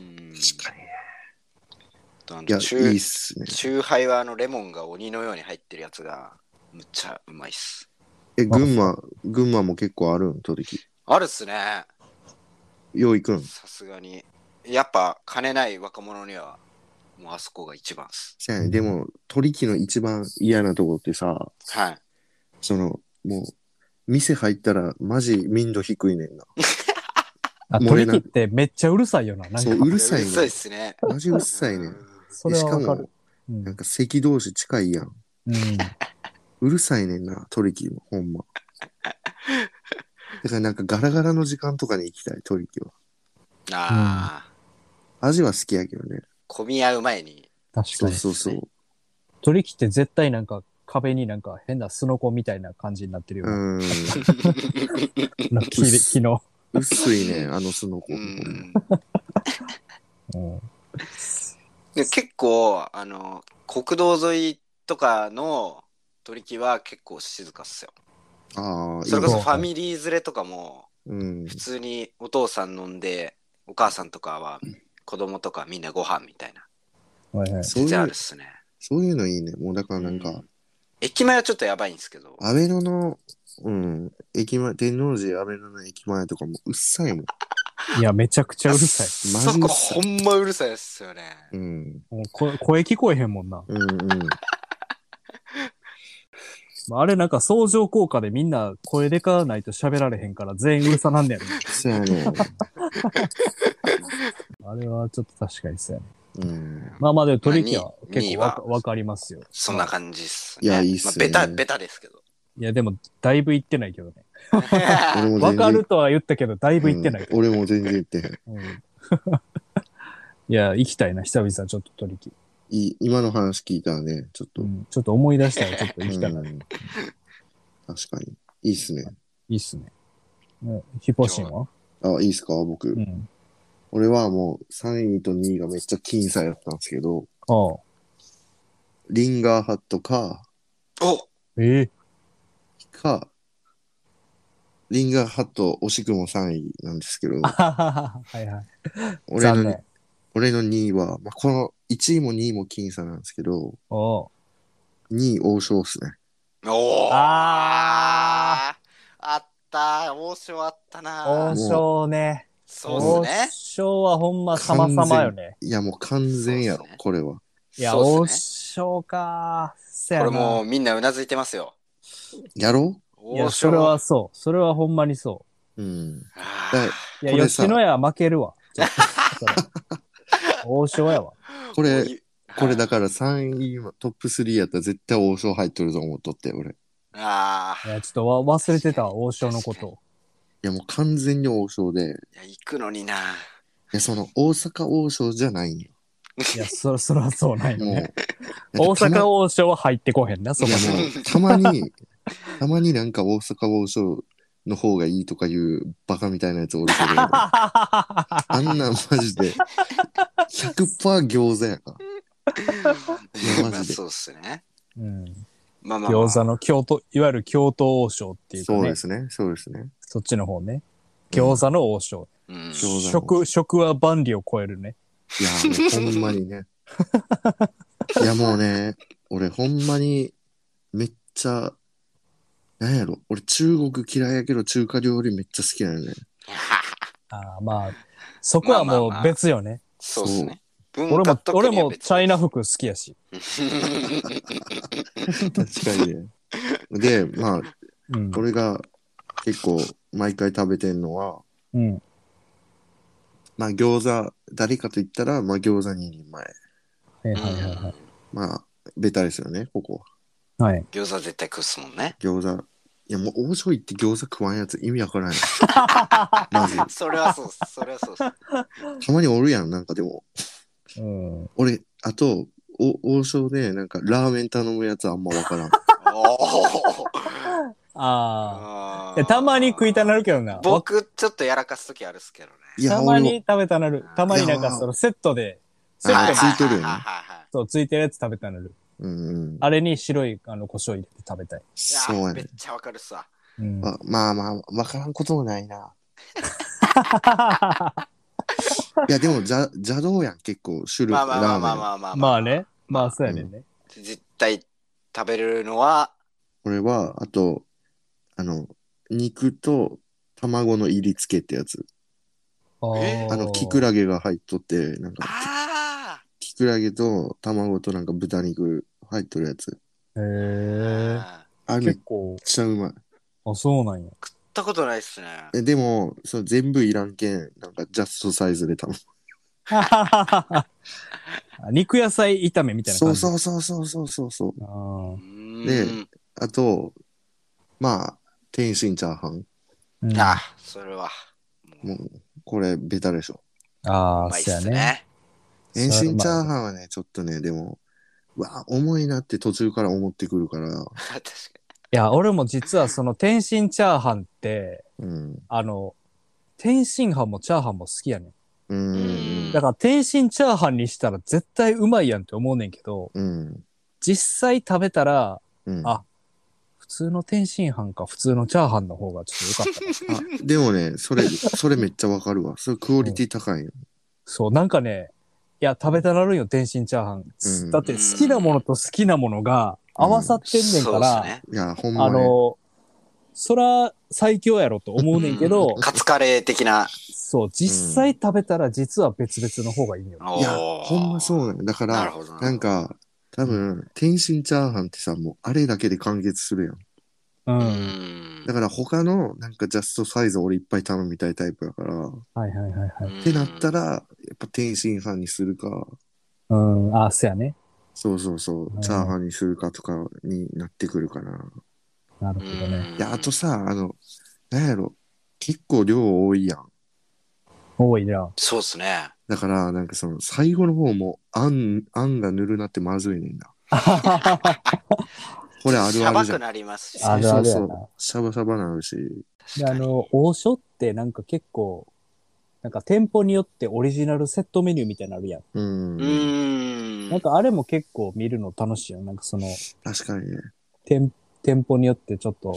[SPEAKER 2] かに。
[SPEAKER 3] あ
[SPEAKER 2] いや、
[SPEAKER 3] とチ
[SPEAKER 2] い
[SPEAKER 3] ュー
[SPEAKER 2] いっすね。
[SPEAKER 3] チューハイはあのレモンが鬼のように入ってるやつがむっちゃうまいっす。
[SPEAKER 2] え、群馬、群馬も結構あるん、取り木。
[SPEAKER 3] あるっすね。
[SPEAKER 2] よう行くん。
[SPEAKER 3] さすがに。やっぱ金ない若者にはもうあそこが一番っす。
[SPEAKER 2] せやねでも、取り木の一番嫌なとこってさ、
[SPEAKER 3] はい。
[SPEAKER 2] その、もう、店入ったらマジ民度低いねんな。
[SPEAKER 1] あ、
[SPEAKER 2] もう
[SPEAKER 1] 取
[SPEAKER 2] え
[SPEAKER 1] り
[SPEAKER 2] な
[SPEAKER 1] 切ってめっちゃうるさいよな。なん
[SPEAKER 2] そう、
[SPEAKER 1] か、
[SPEAKER 2] うるさいね
[SPEAKER 3] うる
[SPEAKER 2] ん
[SPEAKER 3] さいっ。すね。
[SPEAKER 2] マジうるさいねん。
[SPEAKER 1] そ
[SPEAKER 2] で
[SPEAKER 1] れ
[SPEAKER 2] し
[SPEAKER 1] は
[SPEAKER 2] か
[SPEAKER 1] わかる
[SPEAKER 2] も。、
[SPEAKER 1] うん
[SPEAKER 2] なんか席同士近いやん。
[SPEAKER 1] うん
[SPEAKER 2] うるさいねんな、トリキも、ほんま。だからなんかガラガラの時間とかに行きたい、トリキは。
[SPEAKER 3] ああ、
[SPEAKER 2] 味は好きやけどね。
[SPEAKER 3] 混み合う前に。
[SPEAKER 1] 確
[SPEAKER 2] そ
[SPEAKER 1] か
[SPEAKER 2] う
[SPEAKER 1] に。
[SPEAKER 2] そうそう。
[SPEAKER 1] 取り切って絶対なんか壁になんか変なスノコみたいな感じになってるよ
[SPEAKER 2] う
[SPEAKER 1] な。
[SPEAKER 2] ん。
[SPEAKER 1] なんか木で木の。
[SPEAKER 2] 薄い ね、あのスノコ。
[SPEAKER 3] うん。
[SPEAKER 1] うん
[SPEAKER 3] で結構あの国道沿いとかの取り木は結構静かっすよ
[SPEAKER 2] ああ、
[SPEAKER 3] それこそ
[SPEAKER 1] いい
[SPEAKER 3] ファミリー連れとかも
[SPEAKER 2] うん。
[SPEAKER 3] 普通にお父さん飲んでお母さんとかは子供とかみんなご飯みたいな
[SPEAKER 1] はいはい。
[SPEAKER 2] そう
[SPEAKER 3] 全
[SPEAKER 2] い
[SPEAKER 3] 然ある
[SPEAKER 2] う
[SPEAKER 3] っ、すね
[SPEAKER 2] そういうのいいね。もうだからなんか、
[SPEAKER 3] 駅前はちょっとやばいんですけど
[SPEAKER 2] アベノの、うん、駅前、天王寺アベノの駅前とかもうっさいもん。
[SPEAKER 1] いや、めちゃくちゃうるさい。
[SPEAKER 2] マ
[SPEAKER 3] そ
[SPEAKER 2] ジ
[SPEAKER 3] こ
[SPEAKER 2] で
[SPEAKER 3] ほんまうるさいっすよね
[SPEAKER 2] うん。
[SPEAKER 1] もうこ声聞こえへんもんな。
[SPEAKER 2] うんうん。
[SPEAKER 1] まああれなんか相乗効果でみんな声でかないと喋られへんから全員うるさなんねやろ。
[SPEAKER 2] そうやね。
[SPEAKER 1] あれはちょっと確かにそうやね。
[SPEAKER 2] うん。
[SPEAKER 1] まあまあでも取引は
[SPEAKER 3] まあに
[SPEAKER 1] 結
[SPEAKER 3] に
[SPEAKER 1] 構わ
[SPEAKER 3] は
[SPEAKER 1] かわかりますよ。
[SPEAKER 3] そんな感じっすね
[SPEAKER 2] いやいいっすね
[SPEAKER 3] まあベタベタですけど
[SPEAKER 1] いやでもだいぶ行ってないけどね。
[SPEAKER 2] 俺も全然
[SPEAKER 1] わかるとは言ったけどだいぶ行ってないけ
[SPEAKER 2] うん
[SPEAKER 1] ど。
[SPEAKER 2] 俺も全然行ってへん。
[SPEAKER 1] うんいや、行きたいな、久々ちょっと取引。
[SPEAKER 2] いい今の話聞いたらね、ちょっと。
[SPEAKER 1] う
[SPEAKER 2] うん
[SPEAKER 1] ん、ちょっと思い出したらちょっと行きたいな。い
[SPEAKER 2] 確かに。いいっすね。
[SPEAKER 1] いっすね。ねヒポシンは
[SPEAKER 2] あ、いいっすか、僕。
[SPEAKER 1] うん。
[SPEAKER 2] 俺はもう3位と2位がめっちゃ僅差やったんですけど、
[SPEAKER 1] ああ。
[SPEAKER 2] リンガーハットか、
[SPEAKER 3] お
[SPEAKER 1] ええ
[SPEAKER 2] か、リンガーハット惜しくも3位なんですけど、
[SPEAKER 1] あはは ははいはい。
[SPEAKER 2] 俺
[SPEAKER 1] 残
[SPEAKER 2] の
[SPEAKER 1] 念。
[SPEAKER 2] 俺の2位は、まあ、この1位も2位も僅差なんですけど、
[SPEAKER 1] おう
[SPEAKER 2] 2位王将っすね。
[SPEAKER 3] おー
[SPEAKER 1] あ
[SPEAKER 3] あったー王将あったな
[SPEAKER 1] 王
[SPEAKER 3] ー
[SPEAKER 2] ー
[SPEAKER 1] 将ね。
[SPEAKER 3] そうっすね
[SPEAKER 1] 王将はほんま様々よね。
[SPEAKER 2] いや、もう完全やろ、
[SPEAKER 3] そうっすね
[SPEAKER 2] これは。
[SPEAKER 1] いや、
[SPEAKER 3] そう
[SPEAKER 1] 王
[SPEAKER 3] っすね
[SPEAKER 1] 将か。せや
[SPEAKER 3] こ
[SPEAKER 1] な
[SPEAKER 3] れもうみんなうなずいてますよ
[SPEAKER 2] やろ
[SPEAKER 1] いや、それはそう。それはほんまにそう
[SPEAKER 2] うん。
[SPEAKER 3] あ
[SPEAKER 2] だ
[SPEAKER 1] う。い
[SPEAKER 3] ー
[SPEAKER 2] こ
[SPEAKER 1] や、
[SPEAKER 2] れさ
[SPEAKER 1] 吉野家は負ける わ。ちょっとそれ王将やわ。
[SPEAKER 2] これ
[SPEAKER 3] もう
[SPEAKER 2] これだから3位はトップ3やったら絶対王将入っとると思っとって、俺。い
[SPEAKER 3] あ
[SPEAKER 1] い
[SPEAKER 3] あ、
[SPEAKER 1] や、ちょっとわ忘れてたわ、王将のこと。
[SPEAKER 2] や、もう完全に王将で、い
[SPEAKER 3] いや、行くのにな。
[SPEAKER 2] や、その大阪王将じゃないんよ。
[SPEAKER 1] いや、そ らそらそうないよ
[SPEAKER 2] もう
[SPEAKER 1] ね。。 大阪王将は入ってこへんな、そ
[SPEAKER 2] い
[SPEAKER 1] こ
[SPEAKER 2] や
[SPEAKER 1] に。
[SPEAKER 2] もうたまに、 たまになんか大阪王将の方がいいとかいうバカみたいなやつおる けど、あんなんマジで100%餃子やから。やマジで
[SPEAKER 3] まあそうっすね。
[SPEAKER 1] うん、
[SPEAKER 3] まあまあ、まあ、
[SPEAKER 1] 餃子の京都、いわゆる京都王将っていうか
[SPEAKER 2] そう
[SPEAKER 1] ね
[SPEAKER 2] で、すね、そうですね。
[SPEAKER 1] そっちの方ね。餃子の王将。
[SPEAKER 3] うん。
[SPEAKER 2] 餃子の
[SPEAKER 1] 食、食は万里を超えるね。
[SPEAKER 2] いや、もうほんまにね。いや、もうね、俺ほんまにめっちゃ、なんやろ、俺中国嫌いやけど中華料理めっちゃ好きなのね。
[SPEAKER 1] ああ、まあ、そこは
[SPEAKER 3] まあま
[SPEAKER 1] も
[SPEAKER 3] あま
[SPEAKER 1] う
[SPEAKER 3] あ
[SPEAKER 1] 別よね。
[SPEAKER 3] そうっすね。文
[SPEAKER 1] 俺
[SPEAKER 3] 化
[SPEAKER 1] も
[SPEAKER 3] と、国
[SPEAKER 1] 俺
[SPEAKER 3] は
[SPEAKER 1] も
[SPEAKER 3] 別
[SPEAKER 1] チャイナ服好きやし。
[SPEAKER 2] 確かにね。で、まあ、
[SPEAKER 1] うん。
[SPEAKER 2] 俺が結構毎回食べてんのは、
[SPEAKER 1] うん。
[SPEAKER 2] まあ餃子、誰かと言ったら、まあ餃子2人前。
[SPEAKER 1] はい
[SPEAKER 3] うん
[SPEAKER 1] はいはいはい。
[SPEAKER 2] まあ、ベタですよね、ここは。
[SPEAKER 1] はい。
[SPEAKER 3] 餃子絶対食うっすもんね。
[SPEAKER 2] 餃子。いや、もう王将行って餃子食わんやつ意味わ からんよ。マジで。
[SPEAKER 3] それはそうっす。それはそうっす。
[SPEAKER 2] たまにおるやん、なんかでも。
[SPEAKER 1] うん。
[SPEAKER 2] 俺、あと、 お王将で、なんかラーメン頼むやつあんまわからん。
[SPEAKER 3] おお。
[SPEAKER 1] ああ。
[SPEAKER 3] あ
[SPEAKER 1] い
[SPEAKER 3] ー
[SPEAKER 1] やたまに食いたなるけどな。わ
[SPEAKER 3] 僕、ちょっとやらかすときあるっすけどね。
[SPEAKER 2] いや、
[SPEAKER 1] たま
[SPEAKER 2] 俺も
[SPEAKER 1] に食べたなる。たまになん
[SPEAKER 2] い
[SPEAKER 1] か
[SPEAKER 2] や
[SPEAKER 1] そのセットで、セ
[SPEAKER 2] ちょ
[SPEAKER 1] ッ
[SPEAKER 2] っと
[SPEAKER 1] ト
[SPEAKER 3] は
[SPEAKER 1] で
[SPEAKER 2] ついて
[SPEAKER 3] いはい
[SPEAKER 2] るよね
[SPEAKER 3] はいはいはい
[SPEAKER 1] そうついてるやつ食べたなる。
[SPEAKER 2] うんうん。
[SPEAKER 1] あれに白いあの胡椒入れて食べたい。
[SPEAKER 3] いや
[SPEAKER 2] そうや
[SPEAKER 3] めっ
[SPEAKER 2] ね。
[SPEAKER 3] ちゃわかるっすわ。
[SPEAKER 1] うん。
[SPEAKER 2] あまあまあ、わからんこともない な。いや、でも、邪邪道やん、結構、種類、
[SPEAKER 3] ま
[SPEAKER 2] ラ
[SPEAKER 3] あまあまあまあ
[SPEAKER 2] ーメン。
[SPEAKER 3] まあまあ。
[SPEAKER 1] まあね。まあそうやねんね。
[SPEAKER 3] 絶対食べるのは、
[SPEAKER 2] これは、あと、あの、肉と卵の入り付けってやつ。
[SPEAKER 1] ー
[SPEAKER 2] あの、キクラゲが入っとって、なんか、
[SPEAKER 3] あ
[SPEAKER 2] キクラゲと卵となんか豚肉入っとるやつ。
[SPEAKER 1] へ
[SPEAKER 3] あ
[SPEAKER 1] え。
[SPEAKER 3] ー
[SPEAKER 2] あれめっ
[SPEAKER 1] 結構、
[SPEAKER 2] ちゃうまい。
[SPEAKER 1] あ、そうなんや。
[SPEAKER 3] 食ったことないっすね。
[SPEAKER 2] え、でも、その全部いらんけん、なんかジャストサイズで頼む。
[SPEAKER 1] 肉野菜炒めみたいな
[SPEAKER 2] そ
[SPEAKER 1] 感
[SPEAKER 2] う
[SPEAKER 1] じ。
[SPEAKER 2] そうそうそうそうそうそう。
[SPEAKER 1] うそうう。
[SPEAKER 3] ー
[SPEAKER 2] で
[SPEAKER 3] ん。
[SPEAKER 2] あと、まあ、天津チャーハン。
[SPEAKER 1] うん、
[SPEAKER 3] あ
[SPEAKER 1] あ、
[SPEAKER 3] それは。
[SPEAKER 2] もう、これ、ベタでしょ。
[SPEAKER 1] あ
[SPEAKER 3] う
[SPEAKER 1] ー、
[SPEAKER 3] まいっ
[SPEAKER 1] そうや
[SPEAKER 3] す
[SPEAKER 1] ね。
[SPEAKER 3] ね。
[SPEAKER 2] 天津チャー
[SPEAKER 1] ン。
[SPEAKER 2] ハンはね、ちょっとね、でも、うわ、重いなって途中から思ってくるから、
[SPEAKER 3] 確か
[SPEAKER 1] いや、俺も実はその天津チャーハンって、
[SPEAKER 2] うん。
[SPEAKER 1] あの、天津飯もチャーハンも好きやねん。
[SPEAKER 2] うんう
[SPEAKER 3] うん
[SPEAKER 2] ん。
[SPEAKER 1] だから天津チャーハンにしたら絶対うまいやんって思うねんけど、
[SPEAKER 2] うん。
[SPEAKER 1] 実際食べたら、
[SPEAKER 2] うん。
[SPEAKER 1] あ普通の天津飯か普通のチャーハンの方がちょっ と良かったな。
[SPEAKER 2] あ でもね、それ、それめっちゃわかるわ。それクオリティ高いよ。
[SPEAKER 1] そう、なんかね、いや、食べたなるんよ、天津チャーハン。
[SPEAKER 2] うん
[SPEAKER 1] だって好きなものと好きなものが合わさって
[SPEAKER 3] に。
[SPEAKER 1] んねんか
[SPEAKER 3] そうっ
[SPEAKER 1] ら、
[SPEAKER 3] すね。
[SPEAKER 2] いや、ほんま
[SPEAKER 1] あ
[SPEAKER 2] ね。
[SPEAKER 1] の、そら最強やろと思うねんけど、
[SPEAKER 3] カツカレー的な。
[SPEAKER 1] そう、実際食べたら実は別々の方がいいんよ。
[SPEAKER 2] いや、
[SPEAKER 3] おー
[SPEAKER 2] ほんまそうなんだか
[SPEAKER 3] なる
[SPEAKER 2] ら、
[SPEAKER 3] ほどな。
[SPEAKER 2] なんか、多分、天津チャーハンってさ、もうあれだけで完結するやん。
[SPEAKER 1] う。
[SPEAKER 3] うんん。
[SPEAKER 2] だから他の、なんかジャストサイズ俺いっぱい頼みたいタイプだから、っ
[SPEAKER 1] はいはいはいはい。
[SPEAKER 2] てなった
[SPEAKER 3] ら、
[SPEAKER 2] ら、やっぱ天津飯にするか、
[SPEAKER 1] うん、あ、そうやね。
[SPEAKER 2] そうそうそうう、
[SPEAKER 1] ん
[SPEAKER 2] チャーハンにするかとかになってくるかな。
[SPEAKER 1] なる
[SPEAKER 3] う
[SPEAKER 1] ほ
[SPEAKER 3] ん
[SPEAKER 1] どね。
[SPEAKER 2] いや、あとさ、あの、なんやろ、結構量多いやん。
[SPEAKER 1] 多いな。
[SPEAKER 3] そうっすね。
[SPEAKER 2] だから、なんかその、最後の方も、あん、あんがぬるなってまずいねん な。これあるあるじ
[SPEAKER 3] し
[SPEAKER 2] ゃ
[SPEAKER 3] ばく
[SPEAKER 2] ん。
[SPEAKER 3] なりますし。
[SPEAKER 1] あるあるやな
[SPEAKER 2] そうそうシャバシャバなるし。
[SPEAKER 1] で、あの、王将ってなんか結構、なんか店舗によってオリジナルセットメニューみたいなのあるやん。
[SPEAKER 2] うん。
[SPEAKER 3] うーん。
[SPEAKER 1] なんかあれも結構見るの楽しいよ。なんかその、
[SPEAKER 2] 確かにね。
[SPEAKER 1] 店店舗によってちょっと、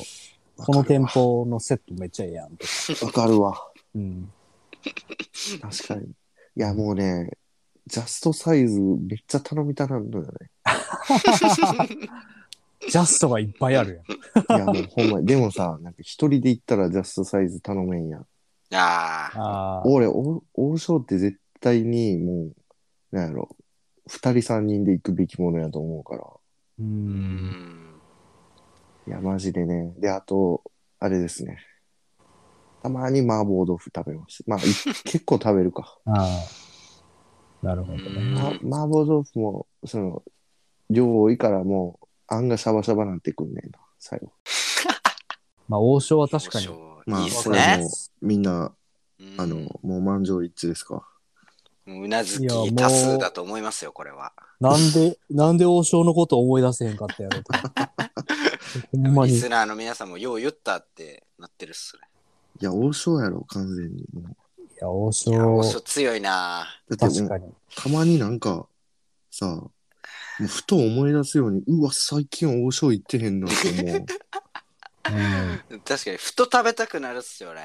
[SPEAKER 2] わ
[SPEAKER 1] この
[SPEAKER 2] か
[SPEAKER 1] 店
[SPEAKER 2] るわ
[SPEAKER 1] 舗のセットめっちゃええやんとか。
[SPEAKER 2] わかるわ。
[SPEAKER 1] うん。
[SPEAKER 2] 確かに。いや、もうね、ジャストサイズめっちゃ頼みたなんのよね。
[SPEAKER 1] ジャストがいっぱいあるやん。
[SPEAKER 2] いや、もうほんまに。でもさ、なんか一人で行ったらジャストサイズ頼めんやん。
[SPEAKER 3] あ
[SPEAKER 1] あ
[SPEAKER 3] あ。
[SPEAKER 2] 俺、お王将って絶対にもう、なんやろ、二人三人で行くべきものやと思うから。
[SPEAKER 1] う。
[SPEAKER 3] うんん。
[SPEAKER 2] いや、マジでね。で、あと、あれですね。たまに麻婆豆腐食べます。 まあ、い結構食べるか。
[SPEAKER 1] ああ。なるほどね。
[SPEAKER 2] ま麻婆豆腐も、その、量多いからもう、あんがシャバシャバなってくんねんな、最後。
[SPEAKER 1] まあ、王将は確かに。
[SPEAKER 2] まあ
[SPEAKER 3] いいっす
[SPEAKER 2] これ
[SPEAKER 3] ね
[SPEAKER 2] も。みんな、
[SPEAKER 3] うん
[SPEAKER 2] あの、もう満場一致ですか。
[SPEAKER 3] うなず
[SPEAKER 1] いやもう
[SPEAKER 3] き多数だと思いますよ、これは。
[SPEAKER 1] なんで、なんで王将のこと思い出せへんかったやろとか。ほんま
[SPEAKER 3] リ
[SPEAKER 1] に
[SPEAKER 3] ス。ナーの皆さんもよう言ったってなってるっすね。
[SPEAKER 2] いや、王将やろ、完全に。も
[SPEAKER 1] いや、王将
[SPEAKER 3] い、や、おそ強いな
[SPEAKER 2] うだって
[SPEAKER 1] 確
[SPEAKER 2] も
[SPEAKER 1] か
[SPEAKER 2] う、
[SPEAKER 1] に。
[SPEAKER 2] たまになんか、さ、もうふと思い出すように、うわ、最近王将行ってへんなって 思
[SPEAKER 1] うん。
[SPEAKER 3] 確かに、ふと食べたくなるっすよね。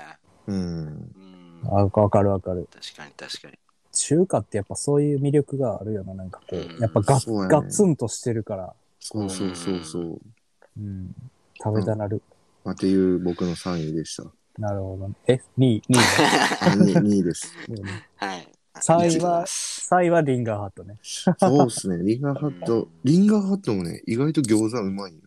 [SPEAKER 2] う。うん。
[SPEAKER 3] うん。
[SPEAKER 1] あわかるわかる。
[SPEAKER 3] 確かに、確かに。
[SPEAKER 1] 中華ってやっぱそういう魅力があるよな。なんかこ
[SPEAKER 3] うん
[SPEAKER 1] う、やっぱガ
[SPEAKER 2] そうや
[SPEAKER 1] ッ、
[SPEAKER 2] ね
[SPEAKER 1] ガッツンとしてるから。
[SPEAKER 2] そうそうそうそう。
[SPEAKER 1] うん。食べたなる。
[SPEAKER 2] まあ、っていう僕の3位でした。
[SPEAKER 1] なるほどね。え、2位、2位
[SPEAKER 2] 2, 位です。
[SPEAKER 1] だ。うん
[SPEAKER 3] はい。
[SPEAKER 1] 三
[SPEAKER 2] 位
[SPEAKER 1] は3位はリンガーハットね。
[SPEAKER 2] そうですね。リンガーハット。リンガーハットもね、意外と餃子うまいよ。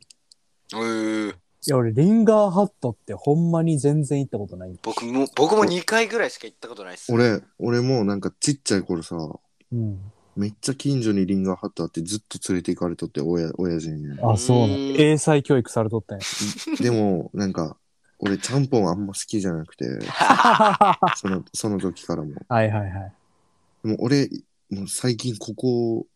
[SPEAKER 3] うー
[SPEAKER 1] いや、俺、リンガーハットってほんまに全然行ったことない。
[SPEAKER 3] 僕も、僕も2回ぐらいしか行ったことないっす。
[SPEAKER 2] 俺、俺もなんかちっちゃい頃さ、
[SPEAKER 1] うん。
[SPEAKER 2] めっちゃ近所にリンガーハットあってずっと連れて行かれとって、親、親父にね。
[SPEAKER 1] あ、そうな
[SPEAKER 3] うー
[SPEAKER 1] ん。
[SPEAKER 3] ん
[SPEAKER 1] 英才教育されとったんや。
[SPEAKER 2] でも、なんか、俺、ちゃんぽんあんま好きじゃな くて、
[SPEAKER 1] は
[SPEAKER 2] その、その時からも。
[SPEAKER 1] いはいはい。
[SPEAKER 2] でも俺、もう最近ここ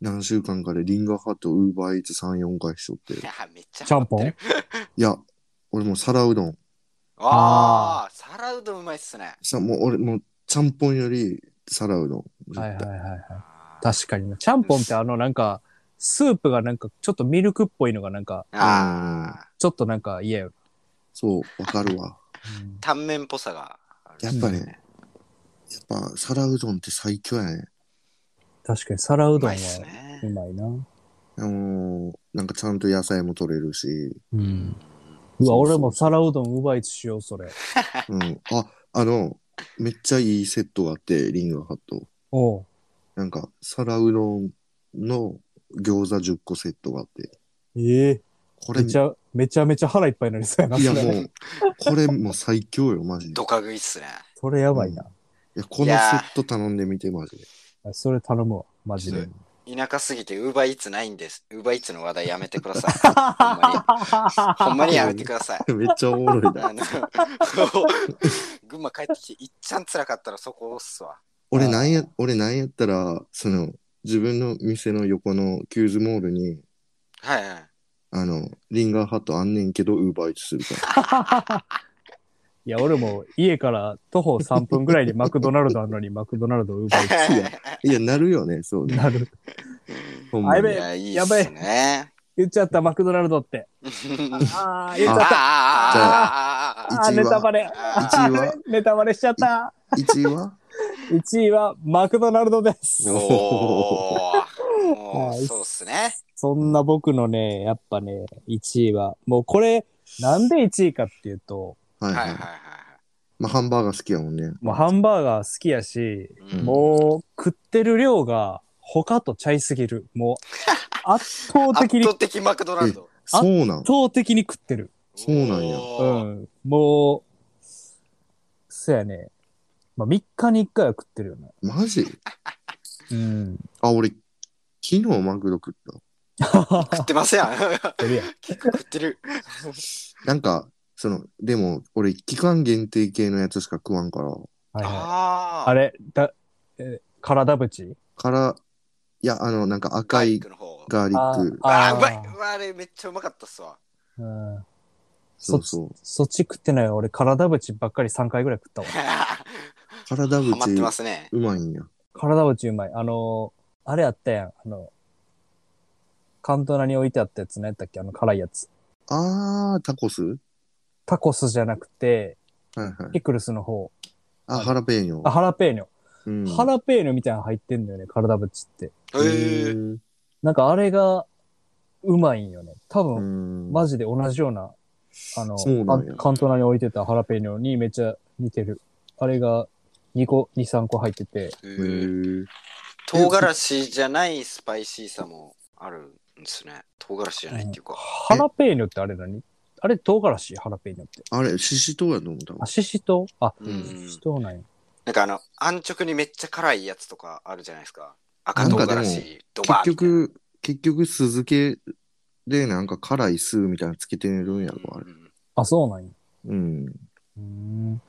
[SPEAKER 2] 何週間かでリンガーハット、ウーバーイーツ3、4回しとって。
[SPEAKER 3] いやめっちゃ
[SPEAKER 1] ちゃんぽん
[SPEAKER 3] ハマってる
[SPEAKER 2] いや、俺もう皿うどん。
[SPEAKER 3] ああ、皿うどんうまいっすね。
[SPEAKER 2] さもう俺もうちゃんぽんより皿うどん。絶
[SPEAKER 1] はい
[SPEAKER 2] 対
[SPEAKER 1] はいはいはい。確かにな。ちゃんぽんってあのなんか、スープがなんかちょっとミルクっぽいのがなんか、
[SPEAKER 3] ああ、
[SPEAKER 1] ちょっとなんか嫌よ。
[SPEAKER 2] そう、わかるわ。
[SPEAKER 1] うん
[SPEAKER 3] タンメンっぽさがある。
[SPEAKER 2] やっぱね、やっぱ皿うどんって最強やね。
[SPEAKER 1] 確かに皿う
[SPEAKER 3] う
[SPEAKER 1] どん
[SPEAKER 3] ま
[SPEAKER 1] はい
[SPEAKER 3] っすね
[SPEAKER 1] う。まいな。
[SPEAKER 2] あのーなんかちゃんと野菜も取れるし。
[SPEAKER 1] うん。
[SPEAKER 2] そう
[SPEAKER 1] う
[SPEAKER 2] そ
[SPEAKER 1] わ、
[SPEAKER 2] う
[SPEAKER 1] 俺も皿うどんうまいっしよう、それ。
[SPEAKER 2] うん。あ、あの、めっちゃいいセットがあって、リンガーハット。
[SPEAKER 1] おう。
[SPEAKER 2] なんか、皿うどんの餃子10個セットがあって。
[SPEAKER 1] ええ
[SPEAKER 2] これ、
[SPEAKER 1] め
[SPEAKER 2] い
[SPEAKER 1] ちゃ、めちゃめちゃ腹いっぱいになりそうやな。
[SPEAKER 2] や
[SPEAKER 1] それ
[SPEAKER 2] もう、これもう最強よ、マジ で
[SPEAKER 3] ド。カ食いっすね。
[SPEAKER 1] それやばいな。
[SPEAKER 2] いやこの
[SPEAKER 3] い
[SPEAKER 2] セ
[SPEAKER 3] やー
[SPEAKER 2] ット頼んでみて、マジで。
[SPEAKER 1] それ頼むわ、マジで。
[SPEAKER 3] 田舎すぎてウーバーイーツないんです。ウーバーイーツの話題やめてください。 ほんまに。ほんまにやめてください。
[SPEAKER 2] めっちゃおもろいな。
[SPEAKER 3] あの、 群馬帰ってきて、いっちゃん辛かったらそこっすわ。
[SPEAKER 2] 俺なんや、俺なんやったら、その、自分の店の横のキューズモールに、
[SPEAKER 3] はいはい。
[SPEAKER 2] あの、リンガーハットあんねんけど、ウーバーイーツするから。
[SPEAKER 1] いや、俺も家から徒歩3分ぐらいでマクドナルドあるのに、マクドナルドウーバー
[SPEAKER 2] いや、いや、なるよね、そう
[SPEAKER 1] イーツ
[SPEAKER 2] ね。
[SPEAKER 1] な る。
[SPEAKER 2] ほんま
[SPEAKER 1] あやべ
[SPEAKER 2] に
[SPEAKER 1] え
[SPEAKER 3] いや、いいっすね。
[SPEAKER 1] 言っちゃった、マクドナルドって。
[SPEAKER 3] あ
[SPEAKER 1] ああ、
[SPEAKER 3] あ
[SPEAKER 1] 言っちゃった。
[SPEAKER 3] あああああああああ
[SPEAKER 1] あー
[SPEAKER 2] じゃあ一
[SPEAKER 3] あ
[SPEAKER 2] 位
[SPEAKER 1] ネ
[SPEAKER 2] は
[SPEAKER 1] タバレ。
[SPEAKER 3] あ
[SPEAKER 2] ー一位は
[SPEAKER 1] ネタバレしちゃった。
[SPEAKER 2] 1位は
[SPEAKER 1] 1位はマクドナルドです。
[SPEAKER 3] おーも
[SPEAKER 1] は
[SPEAKER 3] う
[SPEAKER 1] い
[SPEAKER 3] そうっすね。
[SPEAKER 1] そんな僕のね、やっぱね、1位は、もうこれ、なんで1位かっていうと、
[SPEAKER 2] はい
[SPEAKER 3] は
[SPEAKER 2] はい
[SPEAKER 3] は
[SPEAKER 2] い。
[SPEAKER 3] いは
[SPEAKER 2] まあ、ハンバーガー好きやもんね。
[SPEAKER 1] もうハンバーガー好きやし、
[SPEAKER 3] いはい。
[SPEAKER 1] もう食ってる量が他とちゃいすぎる。もう圧倒的
[SPEAKER 3] 圧
[SPEAKER 1] に、
[SPEAKER 3] 倒
[SPEAKER 1] 圧
[SPEAKER 3] 的マクドナルド。
[SPEAKER 2] そうなん。
[SPEAKER 1] 倒的に食ってる。
[SPEAKER 2] そうなんや
[SPEAKER 1] う
[SPEAKER 3] おー
[SPEAKER 1] ん。もう、そやね。まあ3日に1回は食ってるよね。
[SPEAKER 2] マジ
[SPEAKER 1] うん。
[SPEAKER 2] あ、俺、昨日マクド食っ
[SPEAKER 3] 食ってますやん。
[SPEAKER 1] てるやん。
[SPEAKER 3] 食ってる。
[SPEAKER 2] た。なんか、その、でも、俺、期間限定系のやつしか食わんから、
[SPEAKER 1] はいはい。
[SPEAKER 3] ああ
[SPEAKER 1] あれ、だ、え、体縁
[SPEAKER 2] から、いや、あの、なんか赤
[SPEAKER 3] ガーリ
[SPEAKER 2] い
[SPEAKER 3] ックの方。
[SPEAKER 2] ガーリック。
[SPEAKER 3] あーうまい。うわあれめっちゃうまかったっすわ。
[SPEAKER 1] うん。
[SPEAKER 2] そうそう。
[SPEAKER 1] そっち食ってないわ俺、体縁ばっかり3回ぐらい食ったわ。
[SPEAKER 3] ハ
[SPEAKER 2] 体
[SPEAKER 3] マってま
[SPEAKER 2] 縁、
[SPEAKER 3] すね。
[SPEAKER 2] うまいんや。
[SPEAKER 1] 体縁うまい。あのーあれあったやん。あの、カントナに置いてあったやつね。だっけあの辛いやつ。
[SPEAKER 2] あー、タコスはい
[SPEAKER 1] タコスじゃなくて、
[SPEAKER 2] はい。
[SPEAKER 1] ピクルスの方。
[SPEAKER 2] あ、ハラペーニョ
[SPEAKER 1] あ、。ハラペーニョ。
[SPEAKER 2] うん
[SPEAKER 1] ハラペーニョみたいなの入ってんだよね、体ぶちって。
[SPEAKER 3] へえ。
[SPEAKER 2] う
[SPEAKER 1] なんかあれが、うまいんよね。多
[SPEAKER 2] ー
[SPEAKER 1] 分、
[SPEAKER 2] ん
[SPEAKER 1] マジで同じような、あの、
[SPEAKER 2] そうなんや
[SPEAKER 1] カンカントナに置いてたハラペーニョにめっちゃ似てる。あれが2個、2、3個入ってて。
[SPEAKER 3] へ
[SPEAKER 2] へ
[SPEAKER 3] ー
[SPEAKER 2] ー
[SPEAKER 3] 唐辛子じゃないスパイシーさもあるんですね。唐辛子じゃないっていうか。
[SPEAKER 1] ハラペーニョってあれ何あれ唐辛子ハラペーニョって。
[SPEAKER 2] あれ、シシトウやと思ったわ
[SPEAKER 1] あ、シシトウあ、
[SPEAKER 3] うん
[SPEAKER 1] シシトウなんや。
[SPEAKER 3] なんかあの、安直にめっちゃ辛いやつとかあるじゃないですか。赤唐辛
[SPEAKER 2] なんか
[SPEAKER 3] 子、ドバ
[SPEAKER 2] 結
[SPEAKER 3] ーみたいな。
[SPEAKER 2] 局、結局、酢漬けでなんか辛い酢みたいなのつけてるんやろ、あれ。
[SPEAKER 3] うん
[SPEAKER 1] あ、そうなんや。
[SPEAKER 2] うん。
[SPEAKER 1] うーん。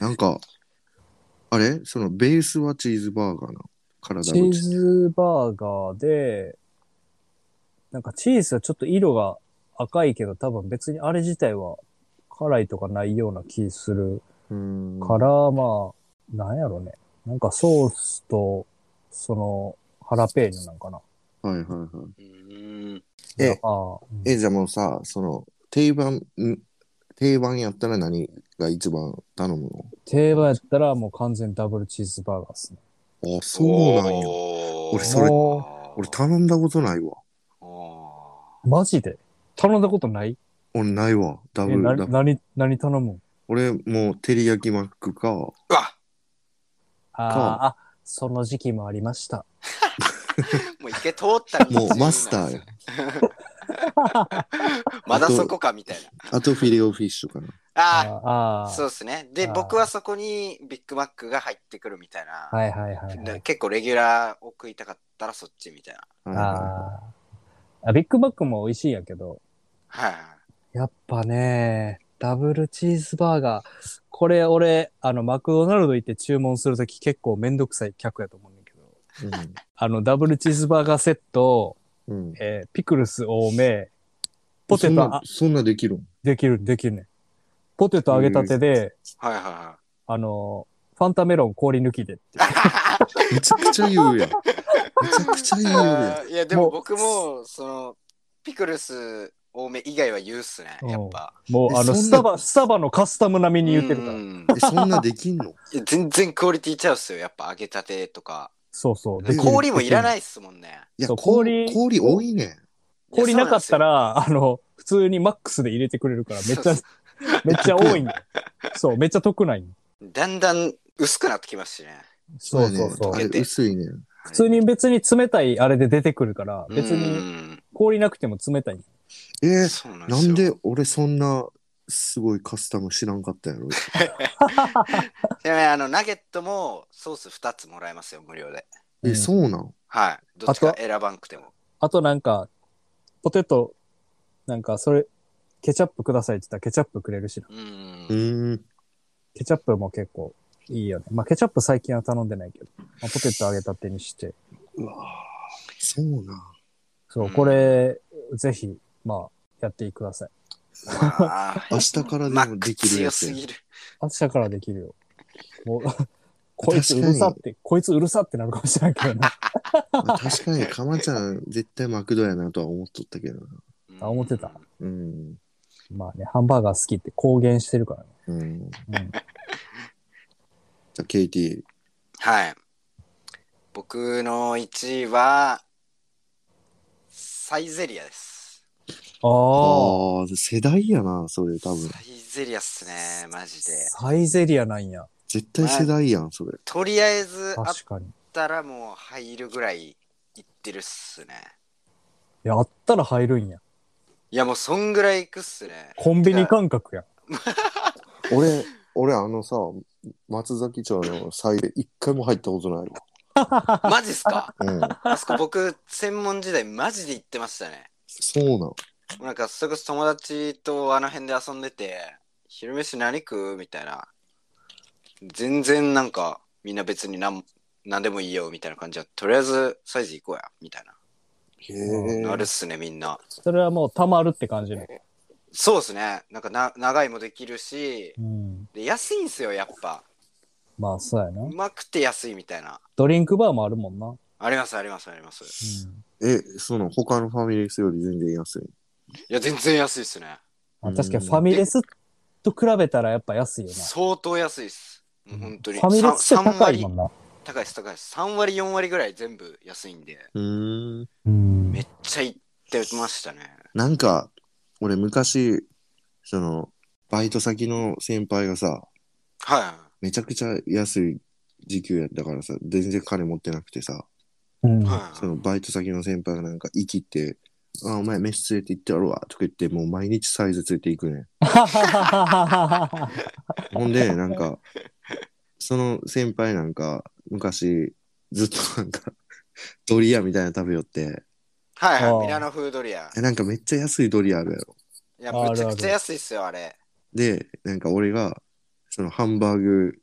[SPEAKER 2] なんか、あれそのベースはチーズバーガーなの。体
[SPEAKER 1] チ
[SPEAKER 2] 打
[SPEAKER 1] ー
[SPEAKER 2] ち。
[SPEAKER 1] ズバーガーで、なんかチーズはちょっと色が赤いけど、多分別にあれ自体は辛いとかないような気する
[SPEAKER 2] うん。
[SPEAKER 1] から、まあ、なんやろね。なんかソースと、その、ハラペーニョなんかな。
[SPEAKER 2] はいはいはい。
[SPEAKER 3] うん
[SPEAKER 2] え
[SPEAKER 1] ああ、うん
[SPEAKER 2] え、じゃあもうさ、その、定番、ん定番やったら何が一番頼む
[SPEAKER 1] 定番やったらもう完全ダブルチーズバーガーっすね。
[SPEAKER 2] のあ、そうなんや。
[SPEAKER 3] おー
[SPEAKER 2] 俺それ
[SPEAKER 1] お
[SPEAKER 2] 俺頼んだことないわ。
[SPEAKER 3] お
[SPEAKER 1] マジで頼んだことない
[SPEAKER 2] 俺ないわ。ダ
[SPEAKER 1] え、
[SPEAKER 2] ブル
[SPEAKER 1] な、
[SPEAKER 2] だ。
[SPEAKER 1] 何、何頼むん
[SPEAKER 2] 俺もう、照り焼きマックか、
[SPEAKER 3] ーうわ
[SPEAKER 1] あ
[SPEAKER 2] か
[SPEAKER 1] あ、あ、その時期もありました。
[SPEAKER 3] もう一回通った道
[SPEAKER 2] もうマスターや。
[SPEAKER 3] まだそこかみたいな。
[SPEAKER 2] あとフィレオフィッシュかな。
[SPEAKER 3] あ
[SPEAKER 1] あ
[SPEAKER 3] あ、
[SPEAKER 1] あ、
[SPEAKER 3] そうですね。で、
[SPEAKER 1] あー
[SPEAKER 3] 僕はそこにビッグマックが入ってくるみたいな。
[SPEAKER 1] はいはいはいはい。
[SPEAKER 3] で結構レギュラーを食いたかったらそっちみたいな。
[SPEAKER 2] はいはいはい
[SPEAKER 1] あーあ。ビッグマックも美味しいんやけど、
[SPEAKER 3] はいはい。
[SPEAKER 1] やっぱね、ダブルチーズバーガー。これ俺、あの、マクドナルド行って注文するとき結構めんどくさい客やと思うんだけど、あの、ダブルチーズバーガーセット、
[SPEAKER 2] うん。うん。
[SPEAKER 1] えーピクルス多め、ポテ
[SPEAKER 2] そん
[SPEAKER 1] ト
[SPEAKER 2] な
[SPEAKER 1] あ、
[SPEAKER 2] そんなできるん
[SPEAKER 1] できる、できるね。ポテト揚げたてで、
[SPEAKER 3] はいはいは
[SPEAKER 1] あの、ファンタメロン氷抜きでっていう。
[SPEAKER 2] めちゃくちゃ言うやん。めちゃくちゃ
[SPEAKER 3] い
[SPEAKER 2] 言うや
[SPEAKER 3] あー。いや、でも
[SPEAKER 1] もう
[SPEAKER 3] 僕も、その、ピクルス多め以外は言うっすね、やっぱ。
[SPEAKER 1] もう、あ
[SPEAKER 2] えそ
[SPEAKER 1] の、
[SPEAKER 2] んな
[SPEAKER 1] スタバ、スタバのカスタム並みに言ってるから。
[SPEAKER 3] う
[SPEAKER 2] ん。
[SPEAKER 3] ん
[SPEAKER 2] え、そんなできんの
[SPEAKER 3] いや全然クオリティちゃうっすよ、やっぱ揚げたてとか。
[SPEAKER 1] そうそう。
[SPEAKER 2] え
[SPEAKER 1] で
[SPEAKER 3] 氷もいらないっすもんね。
[SPEAKER 2] いや、
[SPEAKER 1] そう
[SPEAKER 2] 氷、
[SPEAKER 1] 氷
[SPEAKER 2] 氷多いね。
[SPEAKER 1] 氷なかった
[SPEAKER 3] いや、
[SPEAKER 1] ら、あの、普通にマックスで入れてくれるから、めっち
[SPEAKER 3] そう
[SPEAKER 1] ゃ
[SPEAKER 3] そ、
[SPEAKER 1] めっちゃ多いんだ。そう、めっちゃ得ないんだ。
[SPEAKER 3] だんだん薄くなってきますしね。
[SPEAKER 1] そうそうそう。
[SPEAKER 2] あれ薄いね。
[SPEAKER 1] 普通に別に冷たいあれで出てくるから、別
[SPEAKER 3] う
[SPEAKER 1] に
[SPEAKER 3] ん
[SPEAKER 1] 氷なくても冷たい。
[SPEAKER 2] えー
[SPEAKER 3] そうなんで
[SPEAKER 2] な
[SPEAKER 3] すよ
[SPEAKER 2] んで俺そんなすごいカスタム知らんかったんやろ
[SPEAKER 3] ちなみにあのナゲットもソース2つもらえますよ無料で
[SPEAKER 1] う
[SPEAKER 2] え、
[SPEAKER 1] ん
[SPEAKER 2] そうなん
[SPEAKER 3] はいどっちか選ばんくても
[SPEAKER 1] あとなんか、ポテト、なんかそれ、ケチャップくださいって言ったらケチャップくれるしな。
[SPEAKER 3] うん
[SPEAKER 2] うーん。
[SPEAKER 1] ケチャップも結構いいよね。まあケチャップ最近は頼んでないけど、まあ、ポテト揚げたてにして。
[SPEAKER 2] うわぁそうなん。
[SPEAKER 1] そうう、
[SPEAKER 3] ん
[SPEAKER 1] これ、ぜひ、まあ、やってください。
[SPEAKER 3] まあ
[SPEAKER 2] 明日から
[SPEAKER 3] マ
[SPEAKER 2] で
[SPEAKER 3] ッ
[SPEAKER 2] も
[SPEAKER 3] ク
[SPEAKER 2] できる
[SPEAKER 3] 強
[SPEAKER 2] やつ
[SPEAKER 3] す
[SPEAKER 2] や。
[SPEAKER 3] ぎる
[SPEAKER 1] 明日からできるよ。もう こいつうるさって、こいつうるさってなるかもしれないけどな。
[SPEAKER 2] まあ確かに、かまちゃん絶対マクドやなとは思っとったけどな。
[SPEAKER 1] あ思ってた
[SPEAKER 2] うん。
[SPEAKER 1] まあね、ハンバーガー好きって公言してるからね。
[SPEAKER 2] うん。
[SPEAKER 1] うん
[SPEAKER 2] じゃあ、ケイティ、
[SPEAKER 3] はい僕の1位はサイゼリアです
[SPEAKER 1] ああ。
[SPEAKER 2] ああ、世代やな、それ多分。
[SPEAKER 3] サイゼリアっすねマジで
[SPEAKER 1] サイゼリアなんや。
[SPEAKER 2] 絶対世代やん、それ。
[SPEAKER 3] とりあえずあっ
[SPEAKER 1] 確かに。い
[SPEAKER 3] たらもう入るぐらいいってるっすね
[SPEAKER 1] や、あったら入るんや。
[SPEAKER 3] いやもうそんぐらいいくっすね
[SPEAKER 1] コンビニ感覚や。
[SPEAKER 2] 俺、俺、あのさ、松崎町のサイで一回も入ったこと ない
[SPEAKER 3] マジっすか
[SPEAKER 2] わ。
[SPEAKER 3] あそこ僕、専門時代マジで行ってましたね。
[SPEAKER 2] そうなん。
[SPEAKER 3] なんか、それこそ友達とあの辺で遊んでて、昼飯何食うみたいな。全然なんか、みんな別になん何でもいいよみたいな感じは、とりあえずサイズ行こうや、みたいな。
[SPEAKER 2] へえ。
[SPEAKER 3] なるっすね、みんな。
[SPEAKER 1] それはもうたまるって感じの。
[SPEAKER 3] そうっすね。なんかな、長いもできるし、
[SPEAKER 1] うん。
[SPEAKER 3] で安いんすよ、やっぱ。
[SPEAKER 1] まあ、そうやな
[SPEAKER 3] う。まくて安いみたいな。
[SPEAKER 1] ドリンクバーもあるもんな。う
[SPEAKER 3] あります、あります、あります。い
[SPEAKER 1] ん。
[SPEAKER 2] え、その、他のファミレスより全然安い。
[SPEAKER 3] や、全然安いっすね。
[SPEAKER 1] あ確かにファミレスと比べたらやっぱ安いよ
[SPEAKER 3] 相当安いっす。もう
[SPEAKER 1] な。
[SPEAKER 3] 本当に。
[SPEAKER 1] ファミレスって
[SPEAKER 3] さん
[SPEAKER 1] 高いもんな。
[SPEAKER 3] 高いです高いです3割4割ぐらい全部安いんで
[SPEAKER 2] うーん。
[SPEAKER 1] うん
[SPEAKER 3] めっちゃ行ってましたね
[SPEAKER 2] なんか、俺昔、その、バイト先の先輩がさ、
[SPEAKER 3] は
[SPEAKER 2] めちゃくちゃ安い時給やったからさ、全然金持ってなくてさ、
[SPEAKER 1] うん
[SPEAKER 3] いは
[SPEAKER 2] そ
[SPEAKER 3] い
[SPEAKER 2] のバイト先の先輩がなんか生きて、あ、お前飯連れて行ってやろうわ、とか言って、もう毎日サイズ連れて行くねん。ほんで、なん か、その先輩なんか、昔、ずっとなんか、ドリアみたいなの食べよって、
[SPEAKER 3] はい
[SPEAKER 1] あ
[SPEAKER 3] は
[SPEAKER 1] ー
[SPEAKER 3] いミラノ風ドリア
[SPEAKER 2] えなんかめっちゃ安いドリアあるやろ。
[SPEAKER 3] いや
[SPEAKER 1] あるある
[SPEAKER 3] むちゃくちゃ安いっすよあれ
[SPEAKER 2] で、なんか俺が、そのハンバーグ、